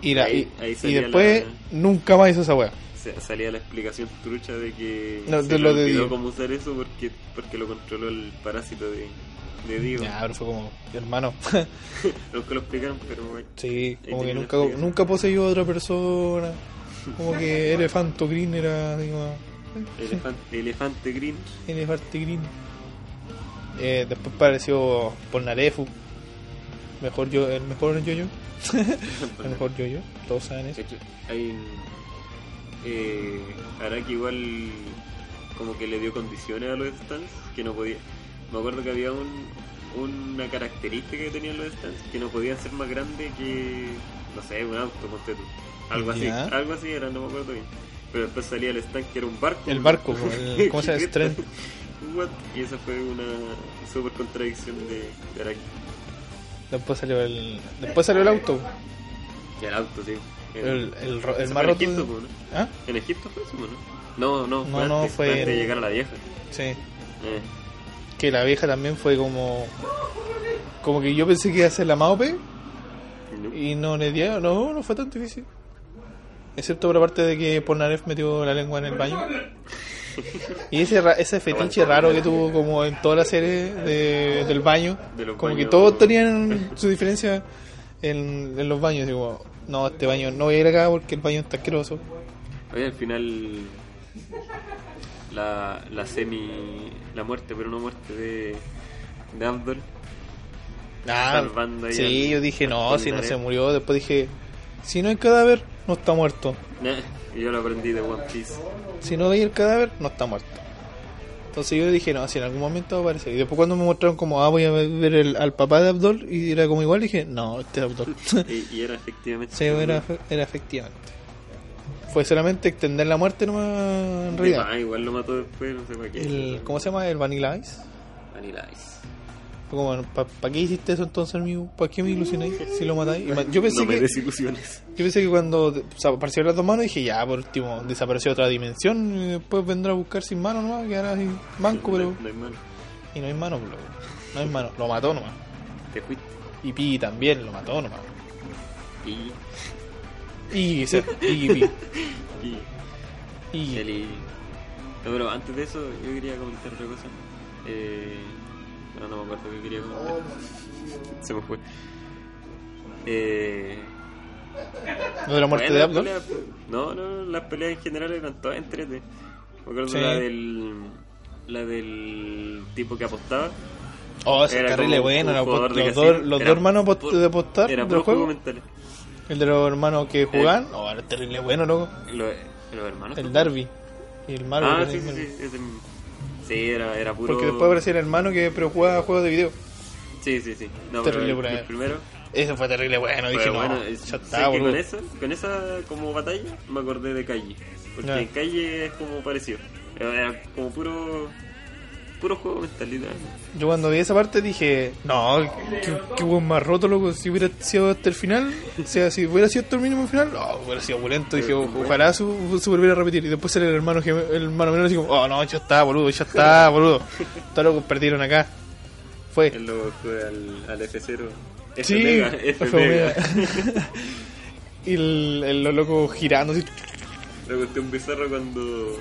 Y, la-
Ahí- ahí
y- y,
salía
después
la-
nunca más hizo esa wea.
Sa- salía la explicación trucha de que
No,
se
de
le
lo de
olvidó
Dio.
cómo usar eso porque porque lo controló el parásito de, de Dio.
Ya, pero fue como, hermano.
Nunca lo explican, pero bueno.
Sí,
Ahí
como que
tiene
nunca,
una explicación.
nunca poseyó a otra persona. Como que Elefanto Green era. Digo,
Elefante, elefante Green.
Elefante Green. Eh, después apareció Polnarefu. Mejor yo, el mejor yo-yo. el mejor yo-yo, todos saben
De
eso.
hecho, hay. Eh, Araki igual. Como que le dio condiciones a los stands que no podía. Me acuerdo que había un, una característica que tenían los stands que no podían ser más grandes que. No sé, un auto, ponte tú. Algo así,
Ya.
algo así era, no me acuerdo bien. Pero después salía el stand que era un barco.
El barco, el- ¿cómo se llama? Tren.
What? Y esa fue una super contradicción de, de Araki.
Después salió el. Después salió el auto.
Y el auto, sí.
El, el, ro- el
Ese
más
fue en
roto.
Egipto,
de-
po, ¿no?
¿Ah?
¿En Egipto fue eso, no? No, no,
No,
fue
no,
antes,
fue
fue antes de
en-
llegar a la vieja.
Sí.
Eh,
Que la vieja también fue como. Como que yo pensé que iba a ser la Maope.
no.
Y no le dieron, no, no fue tan difícil. Excepto por la parte de que Polnareff metió la lengua en el baño. Y ese, ra- ese fetiche raro que tuvo como en toda la serie de- del baño.
De los
Como que
baños.
todos tenían su diferencia en, en los baños. Digo, no, este baño no voy a ir acá porque el baño está asqueroso.
Oye, al final la, la semi la muerte, pero no muerte de de Andor.
Ah,
Salvando ahí
sí,
al-
yo dije, no,
al
si no se
Polnareff.
murió. Después dije, si no hay cadáver, no está muerto.
Nah, y yo lo aprendí de One Piece.
si no veía el cadáver, no está muerto. Entonces yo dije, no, si en algún momento va a aparecer. Y después cuando me mostraron como, ah, voy a ver el- al papá de Abdol, y era como igual, dije, no, este es Abdol.
Y, y era efectivamente.
sí, era, era efectivamente. Fue solamente extender la muerte nomás, en
Y,
realidad.
ah, igual lo mató después, no sé para qué.
El, ¿Cómo se llama? El Vanilla Ice.
Vanilla Ice.
Fue como, ¿para qué hiciste eso entonces, amigo? ¿Para qué me ilusionáis si lo matáis? Y ma- Yo pensé
no me
que...
desilusiones.
Yo pensé que cuando desaparecieron las dos manos dije, ya, por último, desapareció otra dimensión, y después vendrá a buscar sin mano nomás, quedará así, manco, pero...
No, no hay mano.
Y no hay mano, bro. No hay mano. Lo mató nomás.
Te fuiste.
Y Piggy también lo mató nomás.
Y,
Y se. Piggy, Piggy.
y
Piggy.
Eli No, pero antes de eso, yo quería comentar otra cosa. Eh, no, no me acuerdo qué quería comentar. Se me fue. Eh,
¿No de la muerte de Abdul?
No, no, las peleas en general eran todas en 3D. Me acuerdo sí. la del. La del tipo que apostaba.
Oh, ese carril es bueno. Los, los dos, los dos hermanos por, de apostar.
Era
de los
juegos. Mentales.
El de los hermanos que jugaban. Eh, oh, era terrible bueno, loco.
Lo, los hermanos.
El Darby. Y el Mario.
Ah, sí, sí, sí, ese, sí. era, era puro.
Porque después aparecía el hermano que pero jugaba juegos de video.
Sí, sí, sí.
No, terrible
pero el, el primero.
Eso fue terrible bueno, dije
pero bueno,
no,
es, ya está, que con, eso, con esa como batalla me acordé de Calle. Porque yeah. en Calle es como parecido. Era como puro puro juego mentalidad.
Yo cuando vi esa parte dije, no, qué, qué buen más roto, loco. Si hubiera sido hasta el final, o sea, si hubiera sido hasta el mínimo final, oh, hubiera sido opulento. Dije, ojalá su, su, volviera a repetir. Y después sale el hermano, el hermano menor y dijo, oh, no, ya está, boludo, ya está, boludo. Todos los perdieron acá. Fue.
Él lo fue al, al F0.
F sí, mega, F mega. y el, el, el, loco girando así.
Le conté un bizarro cuando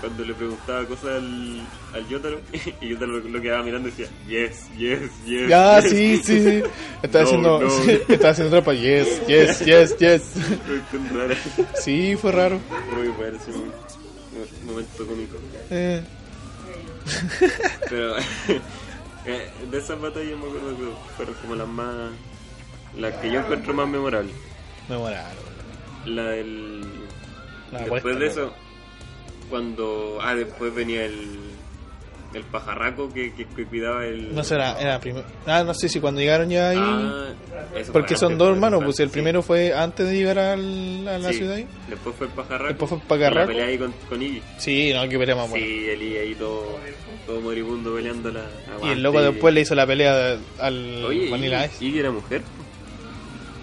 cuando le preguntaba cosas al, al Yotaro y Yotaro lo, lo, quedaba mirando y decía, yes, yes, yes.
Ya,
yes.
ah, sí, sí, sí. Estaba, no, haciendo, no. Sí, estaba haciendo trampa, yes, yes, yes, yes.
Fue raro.
Sí, fue raro.
Muy bueno, sí, un momento cómico. Eh. Pero eh, de esas batallas me acuerdo que fueron como las más. las que yo encuentro más memorables.
Memorable.
La del. La Después de eso cuando ah después venía el el pajarraco que, que, que cuidaba el
no será era primero ah no sé si cuando llegaron ya ahí ah, porque son dos hermanos pues el sí. primero fue antes de llegar al, a la
sí.
ciudad ahí.
después fue el pajarraco
después fue el pajarraco Ah,
la pelea ahí con, con Iggy
sí no que pelea más buena
sí el Iggy ahí todo todo moribundo peleando la
aguante. y el loco después le hizo la pelea al
Oye,
Vanilla Ice
Iggy era mujer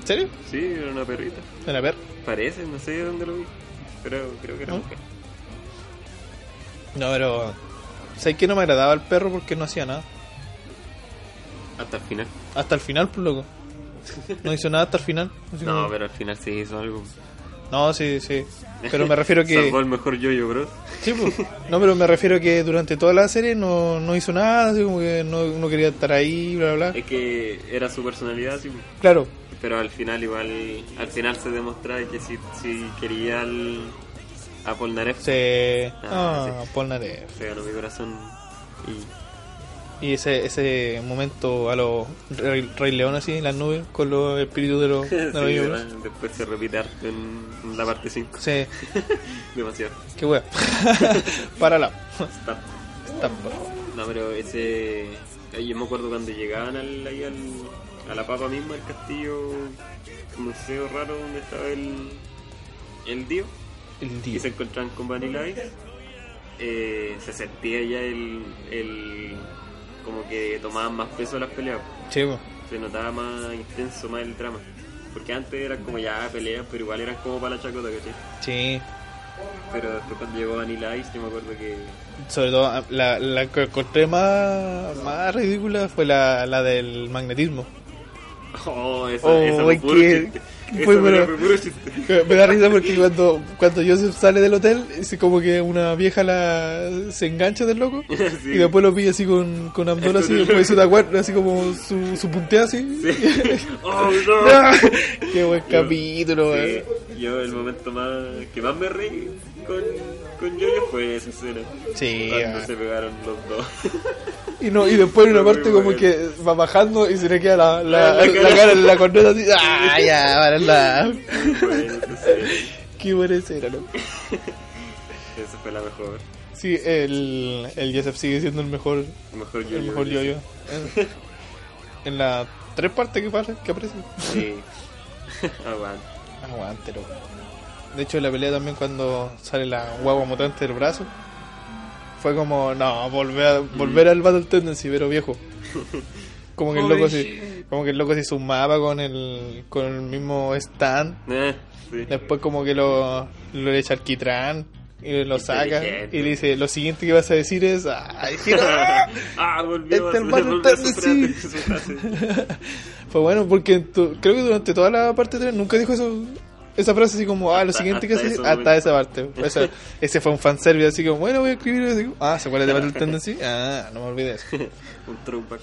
¿En serio?
sí era una perrita
una perra
parece no sé de dónde lo vi pero creo que era ¿No? mujer
no, pero. Sé que no me agradaba el perro porque no hacía nada.
Hasta el final.
Hasta el final, pues loco. No hizo nada hasta el final.
No, como... pero al final sí hizo algo.
No, sí, sí. Pero me refiero que.
Salvó el mejor yo-yo, bro.
Sí, pues. No, pero me refiero que durante toda la serie no, no hizo nada, así como que no, no, quería estar ahí, bla, bla.
Es que era su personalidad, sí.
Claro.
Pero al final, igual. Al final se demostraba que si, si quería el. A Polnareff.
Se... Ah, ah sí. Polnareff.
Pero mi corazón.
Y, y ese, ese momento a los Rey, Rey, León así, en las nubes, con los espíritus de los, de los
sí, Después se repite en la parte 5.
Sí.
Demasiado.
Qué wea. Párala.
Stop. Stop. No, pero ese. Yo me acuerdo cuando llegaban al, ahí al, a la papa misma, al castillo, museo raro donde estaba el. el Dio.
El día.
Y se encontraban con Vanilla Ice. Eh, se sentía ya el, el. como que tomaban más peso las peleas.
Sí, po.
Se notaba más intenso, más el drama. Porque antes eran como ya peleas, pero igual eran como para la chacota, ¿cachai?
Sí.
Pero después cuando llegó Vanilla Ice, yo me acuerdo que.
Sobre todo, ah, la, la que encontré más, más ridícula fue la, la del magnetismo.
Oh, esa, oh, esa fue que...
Pues me, da, me, da risa porque cuando, cuando Joseph sale del hotel, es como que una vieja la, se engancha del loco sí. y después lo pilla así con, con Abdul, así, después su así como su, su puntea así.
Sí. oh, no.
¡Qué buen yo, capítulo!
Sí, yo, el momento más que más me reí con, con Yoyo fue esa escena.
Sí.
Cuando ah. se pegaron los dos.
Y, no, y después en una parte como bien. que va bajando y se le queda la, la, la, la cara en la corneta así. ¡Ah, ya! Para la... Qué buena escena, loco.
Esa fue la mejor.
Sí, el, el Joseph sigue siendo el mejor.
El mejor yo-yo.
El mejor yo-yo. En, en las tres partes que pasa, que aparece.
Sí. Ah, Aguante.
Aguante, loco. De hecho, la pelea también cuando sale la guagua mutante del brazo fue como, no, volver, a, volver mm. al Battle Tendency, pero viejo. Como que el loco se, como que el loco se hizo un mapa con el, con el mismo stand.
Eh, sí.
Después como que lo, lo echa al quitrán y lo saca y le dice, lo siguiente que vas a decir es, ay,
gira, ah, volvió,
este el Battle Tendency. Fue bueno porque tu, creo que durante toda la parte 3 nunca dijo eso. Esa frase así como, ah, lo hasta, siguiente que hace, hasta, hasta esa parte. Esa, ese fue un fanservice así como, bueno, voy a escribir así, ah, ¿se acuerda de Battle Tendency? Ah, no me olvides.
un throwback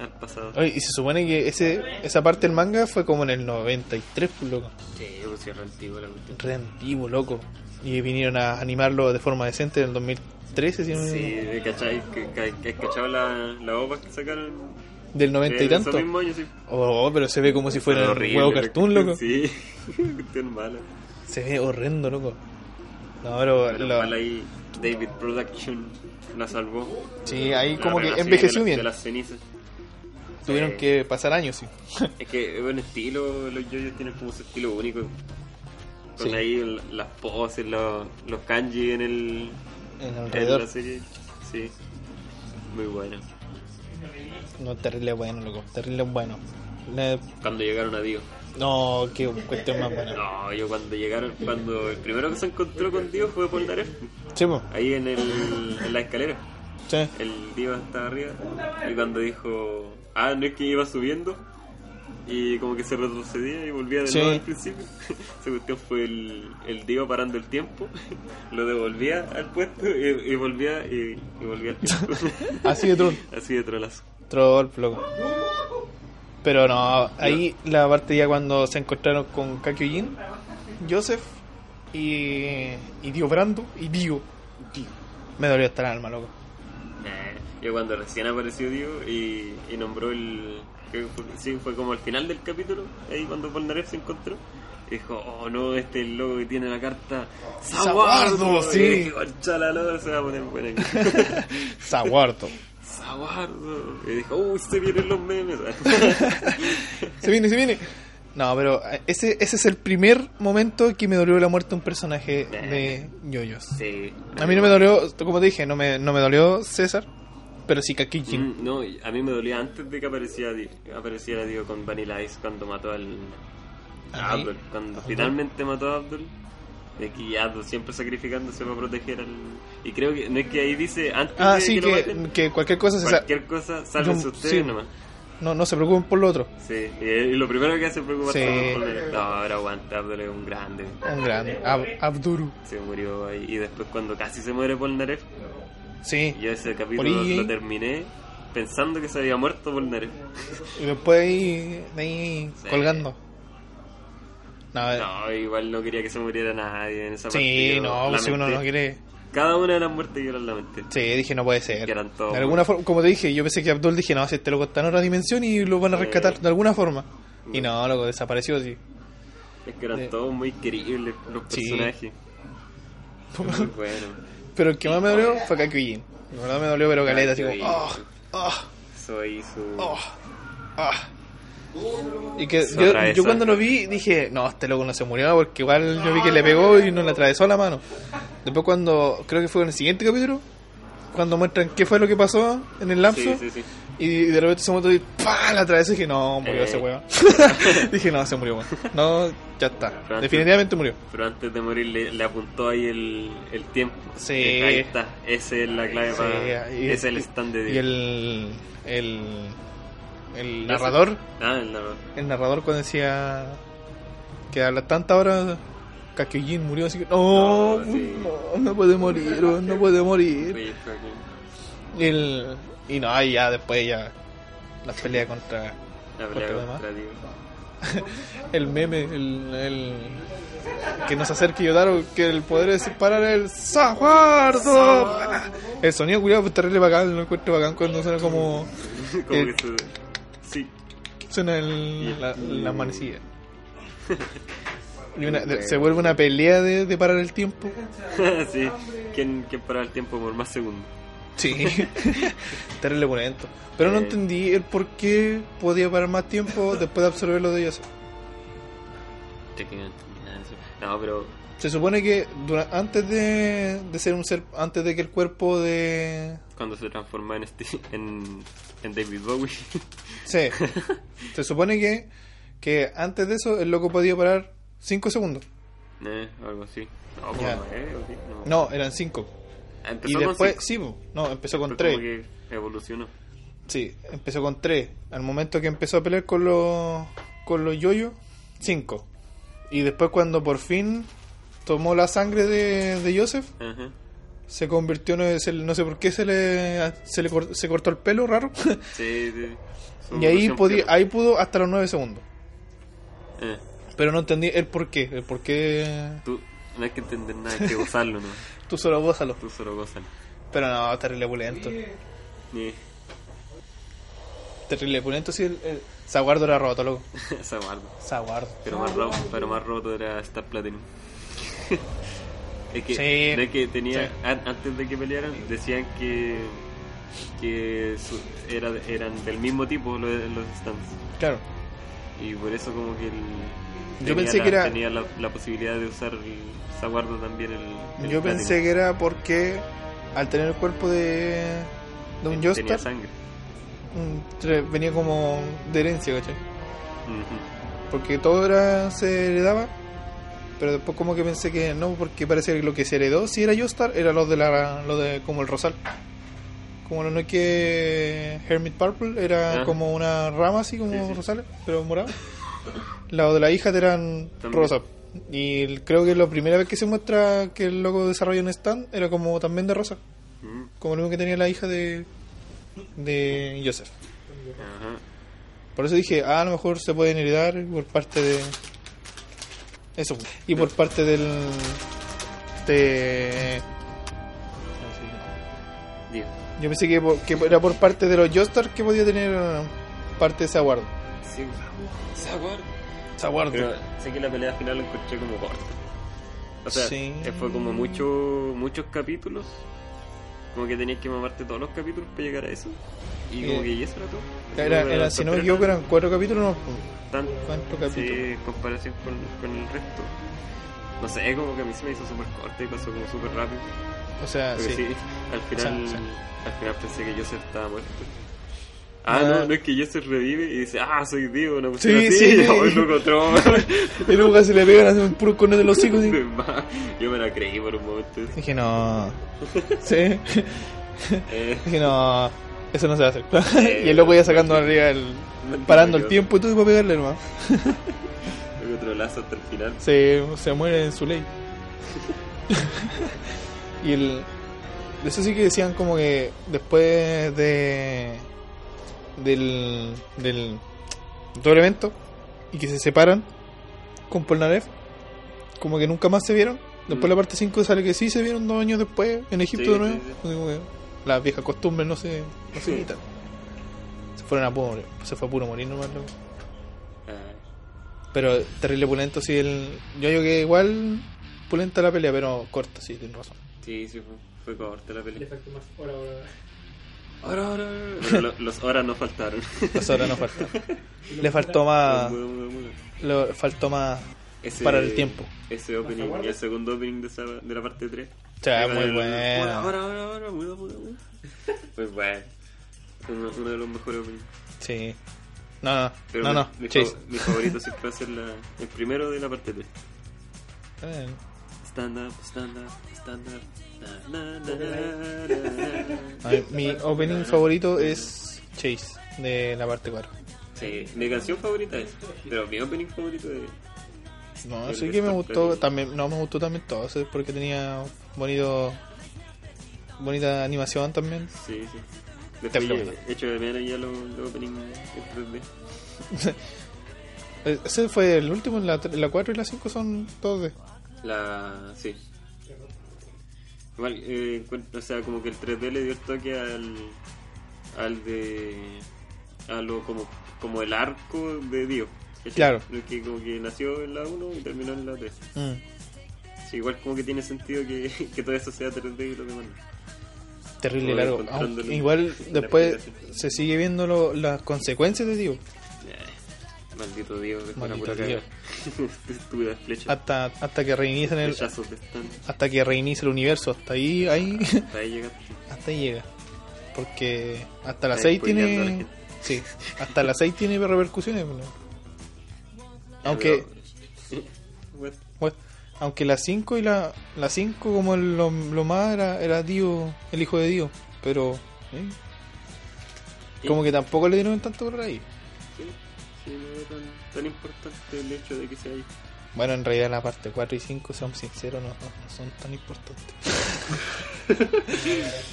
al pasado.
Oye, y se supone que ese, esa parte del manga fue como en el 93, pues, loco.
Sí, pues sí, re antiguo la cuestión.
Re antiguo, loco. Y vinieron a animarlo de forma decente en el 2013, si no
Sí, ¿cachai? ¿Has cachado la, la OPA que sacaron? Eh,
del 90 y tanto.
Mismo año, sí.
Oh, pero se ve como si fuera un huevo cartoon, loco.
Sí, cuestión mala.
Se ve horrendo, loco. No, pero.
pero lo... mal ahí David Production la salvó.
Sí, ahí la como que envejeció
de la,
bien.
De las cenizas.
Tuvieron eh, que pasar años, sí.
es que, bueno, estilo, los yoyos tienen como su estilo único. Con sí. ahí las poses, los, los kanji en el.
En alrededor.
En la serie. Sí. Muy bueno.
No, terrible bueno, loco. Terrible bueno. Le...
Cuando llegaron a Dios.
No, qué cuestión más buena.
No, yo cuando llegaron, cuando el primero que se encontró con Dios fue por Daref.
Sí, po.
Ahí en, el, en la escalera.
Sí.
El Dios estaba arriba. Y cuando dijo, ah, no es que iba subiendo. Y como que se retrocedía y volvía de
Sí.
nuevo al principio. Esa cuestión fue el, el Dios parando el tiempo. Lo devolvía al puesto y, y volvía y, y volvía al tiempo.
Así de troll.
Así de trolazo.
Troll, loco. Pero no, ahí la parte ya cuando se encontraron con Kakyojin, Joseph y, y Dio Brando y Dio. Me dolió hasta el alma, loco.
Eh, yo cuando recién apareció Dio y, y nombró el... que fue- Sí, fue como al final del capítulo, ahí cuando Polnareff se encontró. y Dijo, oh no, este es el loco que tiene la carta.
¡Saguardo! Sí.
Y dije, "Conchala, no, se va a poner buena.
Saguardo.
¡Saguardo! Y dijo, uy, se vienen los memes.
se viene, se viene. No, pero eh, ese, ese es el primer momento que me dolió la muerte de un personaje de yoyos.
sí.
A mí no me dolió, como te dije, no me, no me dolió César, pero sí Kakijin.
Mm, No, a mí me dolía antes de que apareciera Dio, apareciera Dio con Vanilla Ice cuando mató al a
¿A mí?
Abdul. Cuando
Abdul.
finalmente mató a Abdul, de que Abdul siempre sacrificándose para proteger al. Y creo que no es que ahí dice antes
Ah,
de
sí,
que, lo
que,
maten,
que cualquier cosa César.
cualquier cosa, sálvense
Yo-
ustedes
sí.
nomás.
No, no se preocupen por lo otro.
Sí, y, y lo primero que hace es preocuparse
Sí.
por él. No, ahora aguanta, Abdul es un grande.
Un gran Ab- Abduru.
Se murió ahí. Y después, cuando casi se muere Polnareff,
Sí.
yo ese capítulo
Origi.
lo terminé pensando que se había muerto Polnareff.
Y después ahí, ahí
Sí.
colgando. No, eh,
No, igual no quería que se muriera nadie en esa
sí,
partida.
no, si uno
Lamenté.
no quiere.
Cada una de las muertes yo las lamenté.
Sí, dije, no puede ser.
Que eran todos
de alguna forma, como te dije, yo pensé que Abdul dije, no, si este loco está en otra dimensión y lo van a
Eh.
rescatar de alguna forma.
Mm.
Y no, loco, desapareció así.
Es que eran
De-
todos muy queribles los
Sí.
personajes. Muy bueno.
Pero el que más me dolió fue Kakujin. La verdad me dolió, pero caleta, así como,
Kakujin.
oh, oh,
Soy su...
oh, ah. Y que
Se
yo,
atravesó.
yo cuando lo vi dije, no, este loco no se murió porque igual yo vi que le pegó y no le atravesó la mano. Después cuando, creo que fue en el siguiente capítulo, cuando muestran qué fue lo que pasó en el lapso,
sí, sí, sí. y
y de repente se moto y ¡pah! la atravesó y dije, no, murió
Eh.
ese weón. dije, no, se murió, weón. No, ya está.
Pero
Definitivamente murió.
Pero antes de morir le, le apuntó ahí el, el tiempo.
Sí.
Ahí está. Esa es la clave para...
Sí, y-
Ese ah, es el stand de
Y
Dios.
el, el, el narrador,
Ah, el narrador.
el narrador cuando decía que a la tanta hora Kakyoin murió así que no,
No, sí.
no, no puede morir, weón, no puede morir.
Oye, fue aquí.
Y, el, y no, ahí ya después ya la pelea contra
La
¿Por qué
pelea
demás?
contra Dios.
el meme, el, el que nos acerque Yodaro, que el poder es parar el saguardo. El sonido cuidado terrible bacán, lo encuentro bacán cuando suena como
Como
Eh.
que su... Sí.
Suena el, la, la manecilla. Y una- de- se vuelve una pelea de, de parar el tiempo.
sí. ¿Quién, ¿Quién paraba el tiempo por más segundos?
Sí, terrible lento Pero no
Eh.
entendí el por qué podía parar más tiempo después de absorber lo de ellos.
Te quedan terminadas. No, pero
Se supone que dura- antes de, de ser un ser, antes de que el cuerpo de.
cuando se transforma en, este, en, en David Bowie.
Sí, se supone que, que antes de eso el loco podía parar 5 segundos.
eh, algo así. No,
Ya.
como nueve, o sí, no.
No, eran 5.
Ah, empezó
Y
con
después,
cinco,
sí, po. no, empezó con 3.
pero como que evolucionó.
Sí, empezó con 3. Al momento que empezó a pelear con los con los yoyos, 5. Y después cuando por fin tomó la sangre de, de Joseph,
Ajá.
se convirtió, no, se- no sé por qué se le, se le cor- se cortó el pelo raro.
Sí, sí. Su
y ahí,
evolución,
podía,
pero-
ahí pudo hasta los 9 segundos.
Eh,
Pero no entendí el por qué. El por qué
tú no hay que entender nada, hay que gozarlo, ¿no?
tú solo gózalo.
Tú solo gozalo.
Pero no, terrible pulento.
Eh,
Terrible pulento, sí. El, el Saguardo era roto, loco.
esa guarda.
Saguardo.
Pero más roto, pero más roto era Star Platinum. es que,
Sí.
no es que tenía
Sí.
an- antes de que pelearan decían que que su- era, eran del mismo tipo los, los stands
Claro.
y por eso como que el,
Yo
tenía
pensé
la-
que era-
tenía la, la posibilidad de usar el Saguardo también el, el
Yo
Platinum.
pensé que era porque al tener el cuerpo de, de un
tenía
Joestar,
sangre
mm, tre- venía como de herencia, ¿cachai?
Ujú.
Porque todo era, se heredaba. Pero después como que pensé que no, porque parece que lo que se heredó, si era Joestar, era lo de la lo de como el Rosal. Como lo no es que Hermit Purple era
Ah.
como una rama así como
Sí, sí.
rosales, pero morado. La de la hija eran
También.
rosa. Y el- creo que la primera vez que se muestra que el loco desarrolla un stand era como también de rosa.
Mm.
Como lo mismo que tenía la hija de, de Joseph.
Ajá.
Por eso dije, ah, a lo mejor se pueden heredar por parte de. Eso. Y por parte del. De.
Digo,
Yo pensé que, por- que era por parte de los Jostar que podía tener eh, parte de Saguardo.
sí. Saguardo.
Saguardo.
Pero sé que la pelea final la encontré como corta. O sea,
Sí.
eh, fue como mucho, muchos capítulos. Como que tenías que mamarte todos los capítulos para llegar a eso. Y como
Eh,
que y eso era todo.
Era,
Como
era-
para
si no me
superar
equivoco, eran cuatro capítulos. No,
tan-
¿Cuántos
sí,
capítulos?
en comparación con, con el resto. No sé, como que a mí se me hizo súper corta y pasó como súper rápido.
O sea,
Porque
Ah, sí.
sí, al final,
O sea, sí.
al final pensé que Joseph estaba muerto. Ah,
Ah.
no, no es que Joseph revive y dice, ah, soy Dios, una
Sí,
cuestión así,
sí.
y hoy lo encontró.
Y luego se le pegan a un puro cono de los hijos. y-
Yo me la creí por un momento.
Dije, no. Sí.
Eh,
Dije, no. Eso no se hace. y el loco ya sacando arriba el.
eh,
Parando el tiempo y todo para pegarle, hermano.
luego otro lazo hasta el final.
se, se muere en su ley. y el. de Eso sí que decían como que después de. del. del. doble evento y que se separan con Polnareff, como que nunca más se vieron. Después
Mm.
la parte 5 sale que sí se vieron dos años después en Egipto
Sí,
de nuevo.
sí, sí.
Así como que las viejas costumbres no se, no se
Sí.
imitan. Se fueron a puro, se fue a puro morir nomás. loco.
Ah,
Pero terrible pulento, sí. El... Yo digo que igual pulenta la pelea, pero corta, sí, tienes razón.
sí, sí, fue, fue corta la
Le
pelea.
faltó más hora, hora.
Ahora, ahora, ahora. Pero lo- los horas no faltaron.
Las horas no faltó. Le faltó más.
Muy, muy, muy.
Le faltó más.
Ese-
Parar el tiempo.
Ese opening,
guarda?
el segundo opening de, esa- de la parte 3.
O sea, muy bueno.
Ahora, ahora, ahora, muda, muda, muda. Muy bueno. Uno, uno de los mejores openings.
Sí. No, no,
Pero
no,
mi-
no.
Mi,
Chase.
fav- mi favorito siempre va a ser la- el primero de la parte 3.
Eh,
Stand up, stand up, stand up. Na, na, na, na, na.
a ver, mi opening favorito es Chase, de la parte 4.
Sí, mi canción favorita es. Pero mi opening favorito es.
No,
El
sí
de
que me
Star
gustó.
Trek.
También, no, me gustó también todo. eso es porque tenía bonito. Bonita animación también.
Sí, sí.
Te
Después
aplaudo.
ya, hecho de menos ya los los openings en 3D.
Eh, Ese fue el último, la, tre- la 4 y la 5 son todos de.
La. sí. Igual, eh, encuent- o sea, como que el 3D le dio el toque al. al de. a lo como, como el arco de Dios. ¿cachai?
Claro.
Lo que como que nació en la 1 y terminó en la 3.
Mm.
Sí, igual como que tiene sentido que, que todo eso sea 3D y lo demás. no.
Terrible
Voy
largo.
encontrándolo.
Aunque igual
La
después
explicación.
se sigue viendo lo- las consecuencias de Dios.
Eh, Maldito Dios, dejó una
Maldito
pura
Dios.
caga. Estúpidas flechas.
Hasta, hasta que reinician el,
Flechazos de stand.
hasta que reinicia el universo. Hasta ahí, ahí,
Hasta ahí llegaste.
hasta ahí llega. Porque hasta las
Está
6
spoileando a la
tiene.
gente.
Sí, hasta las 6 tiene repercusiones. ¿no? Aunque.
Pero- Bueno,
bueno, aunque la 5 y la. La 5 como el- lo, lo más era, era Dios, el hijo de Dios. Pero. ¿eh? Como que tampoco le dieron tanto por ahí.
Sí, sí, no era tan, tan importante el hecho de que sea ahí.
Bueno, en realidad la parte 4 y 5, seamos sinceros, no, no, no son tan importantes.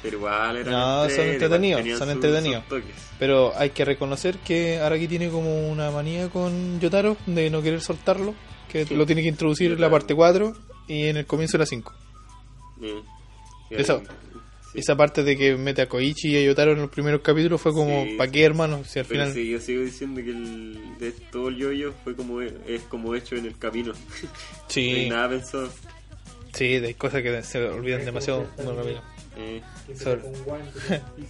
Pero igual eran
No, son entretenidos, son entretenidos. Pero hay que reconocer que Araki tiene como una manía con Yotaro de no querer soltarlo, que sí. lo tiene que introducir en la parte 4 y en el comienzo de la 5. Sí. Esa, sí. esa parte de que mete a Koichi y a Yotaro en los primeros capítulos fue como, ¿pa' qué hermano? Si al
Pero
final...
yo sigo diciendo que el, de todo el yoyo -yo fue como, es como hecho en el camino.
Sí.
no hay nada pensado.
Sí, hay cosas que se olvidan demasiado. No, camino. Eh. Sol...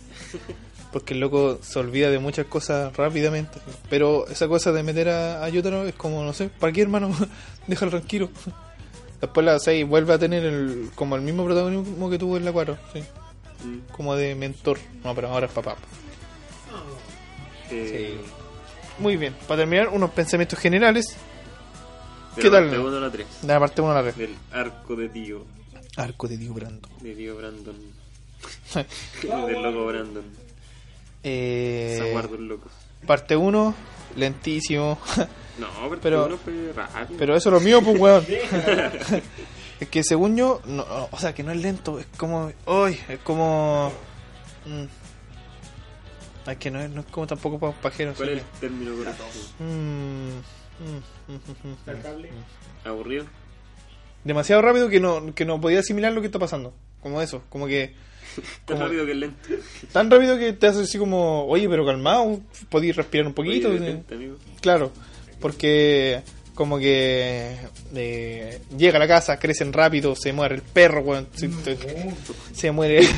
Porque el loco se olvida de muchas cosas rápidamente. Pero esa cosa de meter a, a Yotaro es como, no sé, ¿para qué hermano? Déjalo tranquilo. Después la 6 vuelve a tener el, como el mismo protagonismo que tuvo en la 4. ¿sí? Mm. Como de mentor. No, pero ahora es papá. Eh. Sí. Muy bien, para terminar, unos pensamientos generales.
De ¿Qué tal? Uno a la 3.
De la parte 1 a la 3.
Del arco de tío.
Arco de tío Brandon.
De tío Brandon. del loco Brandon.
Eh,
loco.
Parte 1, lentísimo.
no, parte pero, uno fue rápido.
Pero eso es lo mío, pues, weón. es que según yo, no, o sea, que no es lento, es como. hoy es como. Mm. es que no es, no es como tampoco para pajeros.
¿Cuál es el término correcto?
mm,
¿Aburrido?
Demasiado rápido que no, que no podía asimilar lo que está pasando. Como eso, como que.
Tan como, rápido que lento.
Tan rápido que te hace así como, oye, pero calmado, podéis respirar un poquito.
Oye, lento,
claro, porque como que eh, llega a la casa, crecen rápido, se muere el perro, bueno, se, se, muere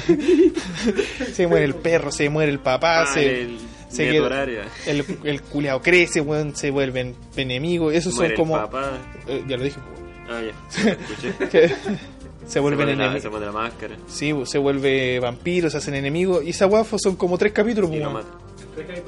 se muere el perro, se muere el papá,
ah,
se,
el,
se
el,
queda, el, el culeado crece, bueno, se vuelven enemigos, esos
muere
son como...
El papá.
Eh, ya lo dije.
Ah, ya. Escuché. que,
se vuelven
se
enemigos.
Se la máscara.
Sí, se vuelve vampiros, se hacen enemigos. Y esa guapo son como tres capítulos,
pues. No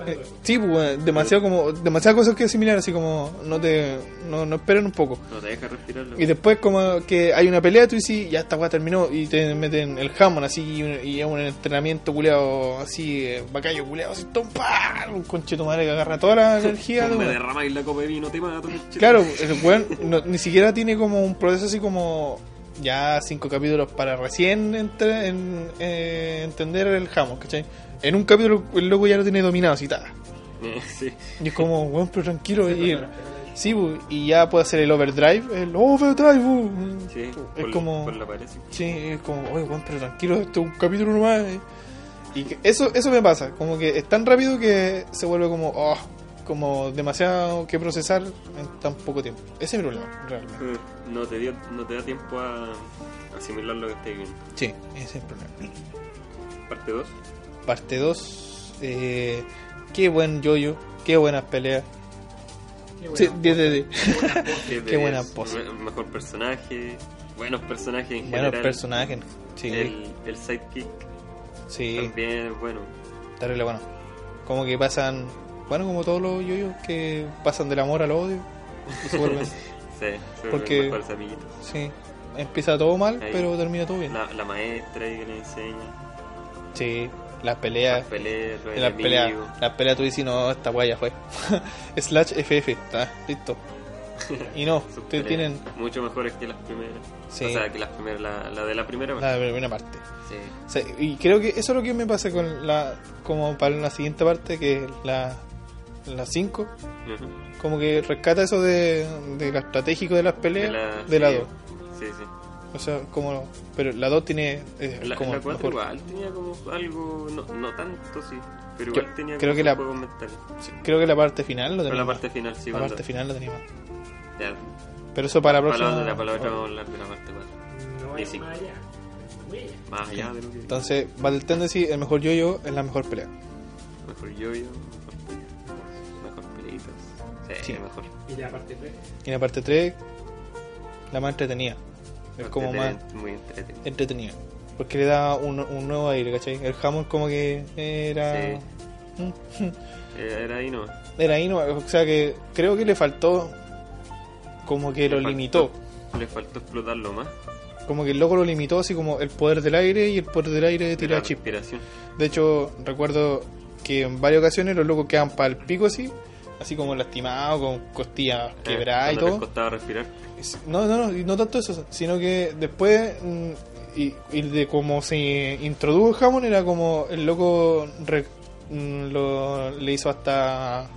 eh, sí, pues, demasiado como demasiadas cosas que asimilar, así como no te no, no esperen un poco.
No te deja respirarlo.
Y después como que hay una pelea, tú dices, ya esta weá terminó y te meten el jamón así y es un, un entrenamiento culeado así, eh, bacallo culeado, así tompa, un conchito madre que agarra toda la energía.
me derramáis la copa de vino, te mato.
Claro, el weón no, ni siquiera tiene como un proceso así como ya cinco capítulos para recién entre, en, eh, entender el jamón, ¿cachai? En un capítulo el loco ya lo tiene dominado, así, ta.
Eh, Sí.
Y es como, bueno, pero tranquilo. Sí, y, sí, y ya puede hacer el overdrive, el overdrive. Bu.
Sí,
es
por,
como,
por la pared,
sí. es como, oye, bueno, pero tranquilo, esto es un capítulo nomás. eh. Y que eso, eso me pasa, como que es tan rápido que se vuelve como, oh, como demasiado que procesar en tan poco tiempo. Ese es mi problema, realmente.
Eh, No te, dio, no te da tiempo a asimilar lo que estáis viendo.
Sí, ese es el problema.
Parte 2.
Parte 2. Eh, qué buen yoyo, qué buenas peleas.
Qué buena sí,
pose, 10 de 10. Qué buena pose.
Mejor personaje, buenos personajes en
buenos
general.
personajes, sí.
El, el sidekick.
Sí.
También, bueno.
Terrible, bueno. Como que pasan bueno, como todos los yoyos que pasan del amor al odio. Y se vuelven.
sí, se porque vuelven
Sí, empieza todo mal, Ahí, pero termina todo bien.
La, la maestra que le enseña.
Sí, las peleas.
Las peleas, los
las peleas, las peleas tú dices, no, esta guaya fue. Slash FF, está, listo. Y no, ustedes tienen.
Mucho mejores que las primeras.
Sí.
O sea, que las primeras, la, la de la primera
parte. La de la primera parte.
Sí.
O sea, y creo que eso es lo que me pasa con la. Como para la siguiente parte, que es la la 5,
uh -huh.
como que rescata eso de, de lo estratégico de las peleas de la 2.
Sí, sí.
O sea, como. Pero la 2 tiene. Eh,
la,
como
la 4 igual tenía como algo. No, no tanto, sí. Pero
Yo
igual tenía
creo
como
que la,
juego mental.
sí, Creo que la parte final lo tenía.
la parte final, sí,
La
cuando-
parte final lo tenía.
Ya.
Pero eso para la
Para la
próxima.
otra, para la otra vamos a hablar de la parte 4.
No
Y
es
sí.
más allá. Muy allá.
Más allá de lo que.
Entonces, Battle Tendency, el mejor yo-yo es la mejor pelea.
Mejor yo-yo, mejor peleas, mejor peleitas. Sí,
Sí.
mejor.
Y la parte 3.
Y la parte 3, la más entretenida. Es como más
Entreten- Muy entretenido.
entretenida. Porque le da un, un nuevo aire, ¿cachai? El Hammond como que era...
Sí. Eh, Era ahí no.
Era ahí, no, o sea que creo que le faltó, como que lo limitó,
Le faltó explotarlo más.
como que el loco lo limitó así como el poder del aire y el poder del aire de tirar
la
chip.
respiración.
De hecho, recuerdo que en varias ocasiones los locos quedan para el pico así, así como lastimado, con costillas quebradas
Eh,
y
cuando les
todo.
costaba respirar.
No, no, no, y no tanto eso, sino que después mm, y, y de cómo se introdujo el jamón era como el loco re- mm, lo- le hizo hasta...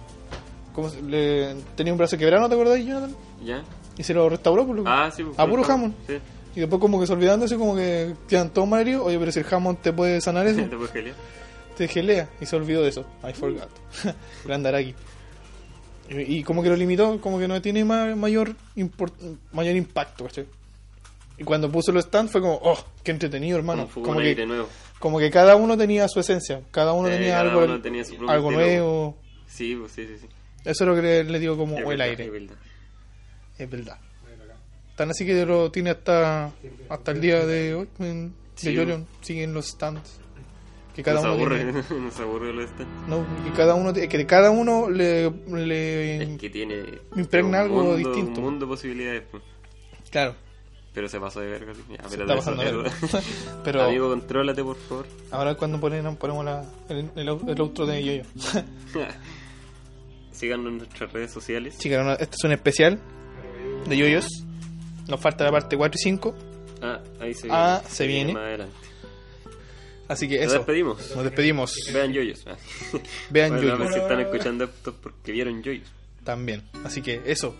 ¿cómo se- le- tenía un brazo quebrado, ¿no te acordás, Jonathan?
¿Ya?
Y se lo restauró, por loco.
Ah, sí.
A puro jamón.
Sí.
Y después como que se olvidándose, como que quedan todos mal heridos. Oye, pero si el jamón te puede sanar eso,
Te puedes gelear.
te gelea. Y se olvidó de eso. I forgot. Gran Araki. Y, y como que lo limitó, como que no tiene ma- mayor, import- mayor impacto, ¿cachai? Y cuando puso los stand fue como, oh, qué entretenido, hermano.
Un fugón
Como
ahí de
que,
nuevo.
como que cada uno tenía su esencia, cada uno
Sí,
tenía
cada
algo,
uno tenía su propio
algo
estilo.
nuevo.
Sí, pues, sí, sí. sí.
Eso es lo que le, le digo como
Es
el
verdad, es
aire.
verdad.
Es verdad. Tan así que lo tiene hasta hasta el día de hoy en
Sí,
de
bo.
Jorion. Siguen los stands. Que cada
nos
uno
aburre,
tiene-
nos aburre lo este.
no, que cada uno te- que cada uno le, le-
Es que tiene.
Eh, impregna
un
algo
mundo-
distinto.
Un mundo de posibilidades, pues.
claro,
Pero se pasó de verga. sí. Ya,
se
pero
está
de esa
pasando algo.
mierda.
Pero
Amigo, contrólate, por favor.
ahora cuando ponen, ponemos la, el, el, au- el outro de Yoyo.
Síganos en nuestras redes sociales.
Chicas, no, este es un especial de Yoyos. Nos falta la parte 4 y 5,
Ah, ahí se viene.
Ah, se viene.
Más adelante.
así que
Nos
eso.
despedimos.
Nos despedimos.
Vean yoyos. Ah.
Vean
Bueno, a ver
Yoyos
si están escuchando esto porque vieron yoyos.
también. Así que eso.